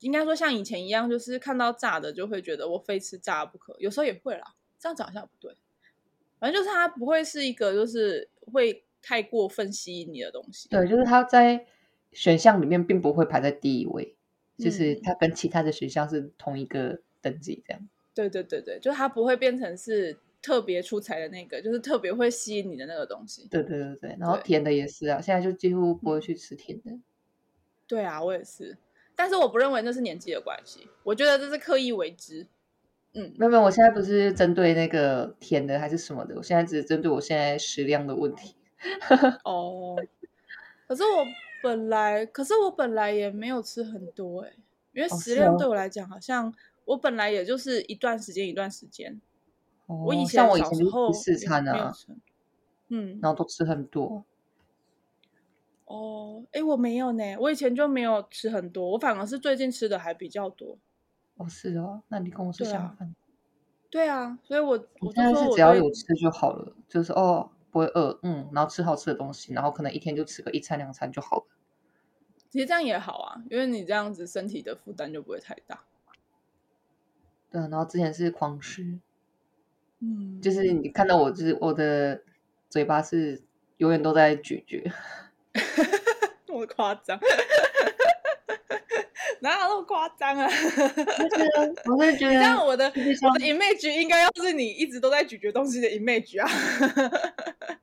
Speaker 2: 应该说像以前一样，就是看到炸的就会觉得我非吃炸不可，有时候也会啦，这样讲好像也不对。反正就是它不会是一个就是会太过分吸引你的东西。
Speaker 1: 对，就是它在选项里面并不会排在第一位，就是
Speaker 2: 嗯
Speaker 1: 它跟其他的选项是同一个等级这样。
Speaker 2: 对对对对，就是它不会变成是特别出彩的那个，就是特别会吸引你的那个东西。
Speaker 1: 对对对对，然后
Speaker 2: 对
Speaker 1: 甜的也是啊，现在就几乎不会去吃甜的。
Speaker 2: 对啊，我也是，但是我不认为那是年纪的关系，我觉得这是刻意为之。嗯，
Speaker 1: 没有没有，我现在不是针对那个甜的还是什么的，我现在只是针对我现在食量的问题。
Speaker 2: 哦，可是我本来，可是我本来也没有吃很多哎、因为
Speaker 1: 哦
Speaker 2: 食
Speaker 1: 是
Speaker 2: 量
Speaker 1: 哦
Speaker 2: 对我来讲，好像我本来也就是一段时间一段时间。我以
Speaker 1: 哦
Speaker 2: 前
Speaker 1: 像我以
Speaker 2: 小
Speaker 1: 前
Speaker 2: 时
Speaker 1: 就
Speaker 2: 候
Speaker 1: 是吃四
Speaker 2: 也
Speaker 1: 餐
Speaker 2: 没有
Speaker 1: 啊，
Speaker 2: 吃，嗯，
Speaker 1: 然后都吃很多。
Speaker 2: 哦，哎，我没有呢，我以前就没有吃很多，我反而是最近吃的还比较多。
Speaker 1: 哦，是哦，那你跟我是
Speaker 2: 对
Speaker 1: 相
Speaker 2: 啊
Speaker 1: 反。
Speaker 2: 对啊，所以我我
Speaker 1: 我
Speaker 2: 就
Speaker 1: 哦现在
Speaker 2: 说
Speaker 1: 是
Speaker 2: 我
Speaker 1: 只要
Speaker 2: 对
Speaker 1: 有吃就好了，就是哦不会饿，嗯，然后吃好吃的东西，然后可能一天就吃个一餐两餐就好了。
Speaker 2: 其实这样也好啊，因为你这样子身体的负担就不会太大。
Speaker 1: 对啊，然后之前是狂吃，
Speaker 2: 嗯，
Speaker 1: 就是你看到我就是我的嘴巴是永远都在咀 嚼，
Speaker 2: 那么夸张， 哪有那么夸张啊？
Speaker 1: 我是觉
Speaker 2: 这样
Speaker 1: 得
Speaker 2: 我的
Speaker 1: 就是像
Speaker 2: 我的 image 应该要是你一直都在咀嚼东西的 image 啊。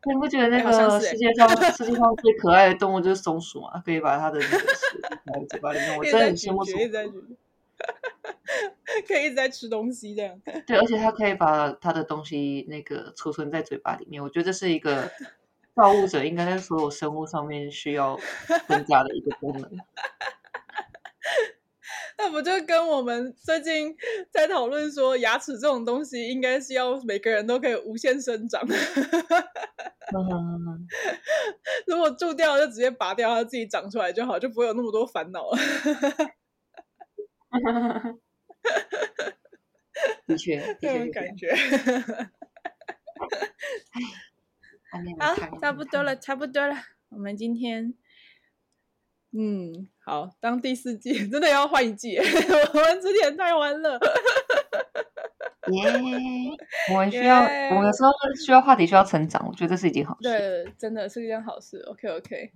Speaker 1: 你不觉得那
Speaker 2: 哎好像
Speaker 1: 个
Speaker 2: 是哎
Speaker 1: 世界上世界上最可爱的动物就是松鼠吗？可以把它的那个屎放在嘴巴里 面，我
Speaker 2: 一直
Speaker 1: 真的
Speaker 2: 在
Speaker 1: 很
Speaker 2: 咀
Speaker 1: 羡慕
Speaker 2: 嚼，一
Speaker 1: 松
Speaker 2: 直在
Speaker 1: 鼠。
Speaker 2: 咀嚼， 可以一直在吃东西这样。
Speaker 1: 对，而且它可以把它的东西那个储存在嘴巴里面，我觉得这是一 个造物者应该在所有生物上面需要增加的一个 功能。
Speaker 2: 那不就跟我们最近在讨论说，牙齿这种东西应该是要每个人都可以无限生长。
Speaker 1: 嗯，
Speaker 2: 如果蛀掉就直接拔掉，它自己长出来就好，就不会有那么多烦恼了。
Speaker 1: 的确，的确
Speaker 2: 这种
Speaker 1: 是这
Speaker 2: 感
Speaker 1: 样。
Speaker 2: 觉。
Speaker 1: 暗恋
Speaker 2: 好
Speaker 1: 的哎太，
Speaker 2: 差不多了，。差不多了。我们今天，嗯，好， 当第四季真的要换一季，我们之前太欢乐。
Speaker 1: 耶、我们需要我们有时候需要话题需要成长，我觉得这是一件好事。
Speaker 2: 对，真的是一件好事。OK OK，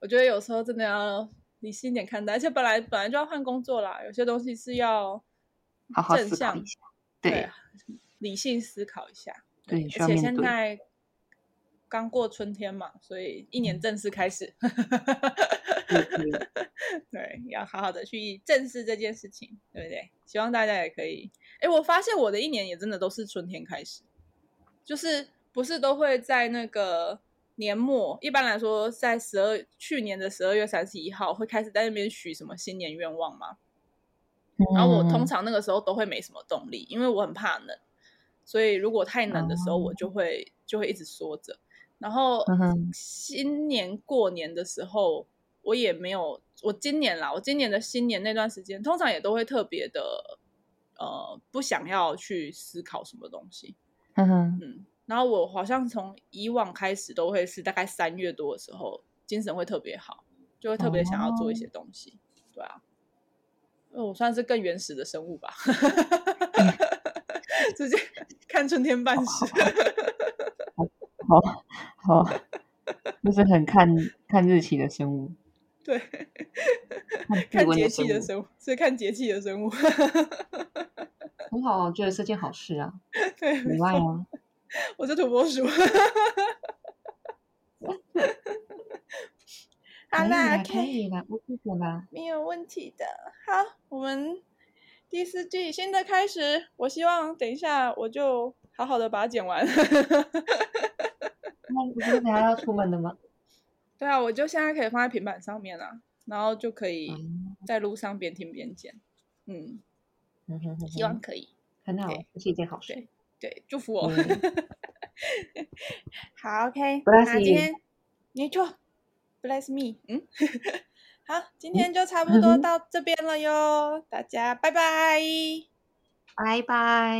Speaker 2: 我觉得有时候真的要理性一点看待，而且本来本来就要换工作啦，有些东西是要
Speaker 1: 好好
Speaker 2: 正
Speaker 1: 思考
Speaker 2: 向
Speaker 1: 一下。对，
Speaker 2: 啊理性思考一下。
Speaker 1: 对，嗯需要
Speaker 2: 而且
Speaker 1: 面
Speaker 2: 现
Speaker 1: 对。
Speaker 2: 在刚过春天嘛，所以一年正式开始，
Speaker 1: 嗯嗯
Speaker 2: 对，要好好的去正视这件事情，对不对？希望大家也可以。哎，我发现我的一年也真的都是春天开始，就是不是都会在那个年末，一般来说在十二去年的十二月三十一号会开始在那边许什么新年愿望嘛。然后我
Speaker 1: 嗯
Speaker 2: 通常那个时候都会没什么动力，因为我很怕冷，所以如果太冷的时候，我就会就会一直缩着。然后
Speaker 1: 哦嗯哼
Speaker 2: 新年过年的时候，我也没有，我今年啦，我今年的新年那段时间，通常也都会特别的，呃，不想要去思考什么东西，
Speaker 1: 嗯哼，
Speaker 2: 嗯。然后我好像从以往开始都会是大概三月多的时候，精神会特别好，就会特别想要做一些东西，对啊。呃我算是更原始的生物吧， 直接看春天办事。
Speaker 1: 好好，就是很看看日期的生物，
Speaker 2: 对，
Speaker 1: 看
Speaker 2: 看
Speaker 1: 气温
Speaker 2: 节
Speaker 1: 的
Speaker 2: 气
Speaker 1: 生物，
Speaker 2: 的生物是看节气的生物，
Speaker 1: 很好啊，我觉得是件好事啊，
Speaker 2: 对，没
Speaker 1: 没赖
Speaker 2: 错，
Speaker 1: 啊。
Speaker 2: 我是土拨鼠。好哦
Speaker 1: 可以
Speaker 2: 啦
Speaker 1: 哎啦，可
Speaker 2: ，OK，
Speaker 1: 以啦，OK 的啦。
Speaker 2: 没有问题的。好，我们第四季新的开始，我希望等一下我就好好的把它剪完。
Speaker 1: 那你不是等下要出门了 吗？
Speaker 2: 对啊，我就现在可以放在平板上面啊，然后就可以
Speaker 1: 嗯
Speaker 2: 在路上边听边剪。嗯，
Speaker 1: 嗯哼哼
Speaker 2: 希望
Speaker 1: 哼
Speaker 2: 可以。
Speaker 1: 很好
Speaker 2: 对，
Speaker 1: 这是一件好事
Speaker 2: 对。对，祝福我。
Speaker 1: 嗯
Speaker 2: 好，OK，
Speaker 1: Bless
Speaker 2: 那今
Speaker 1: you
Speaker 2: 天没错，Bless me，嗯， 好，今天就差不 多到这边了哟，大家拜拜。
Speaker 1: 拜拜。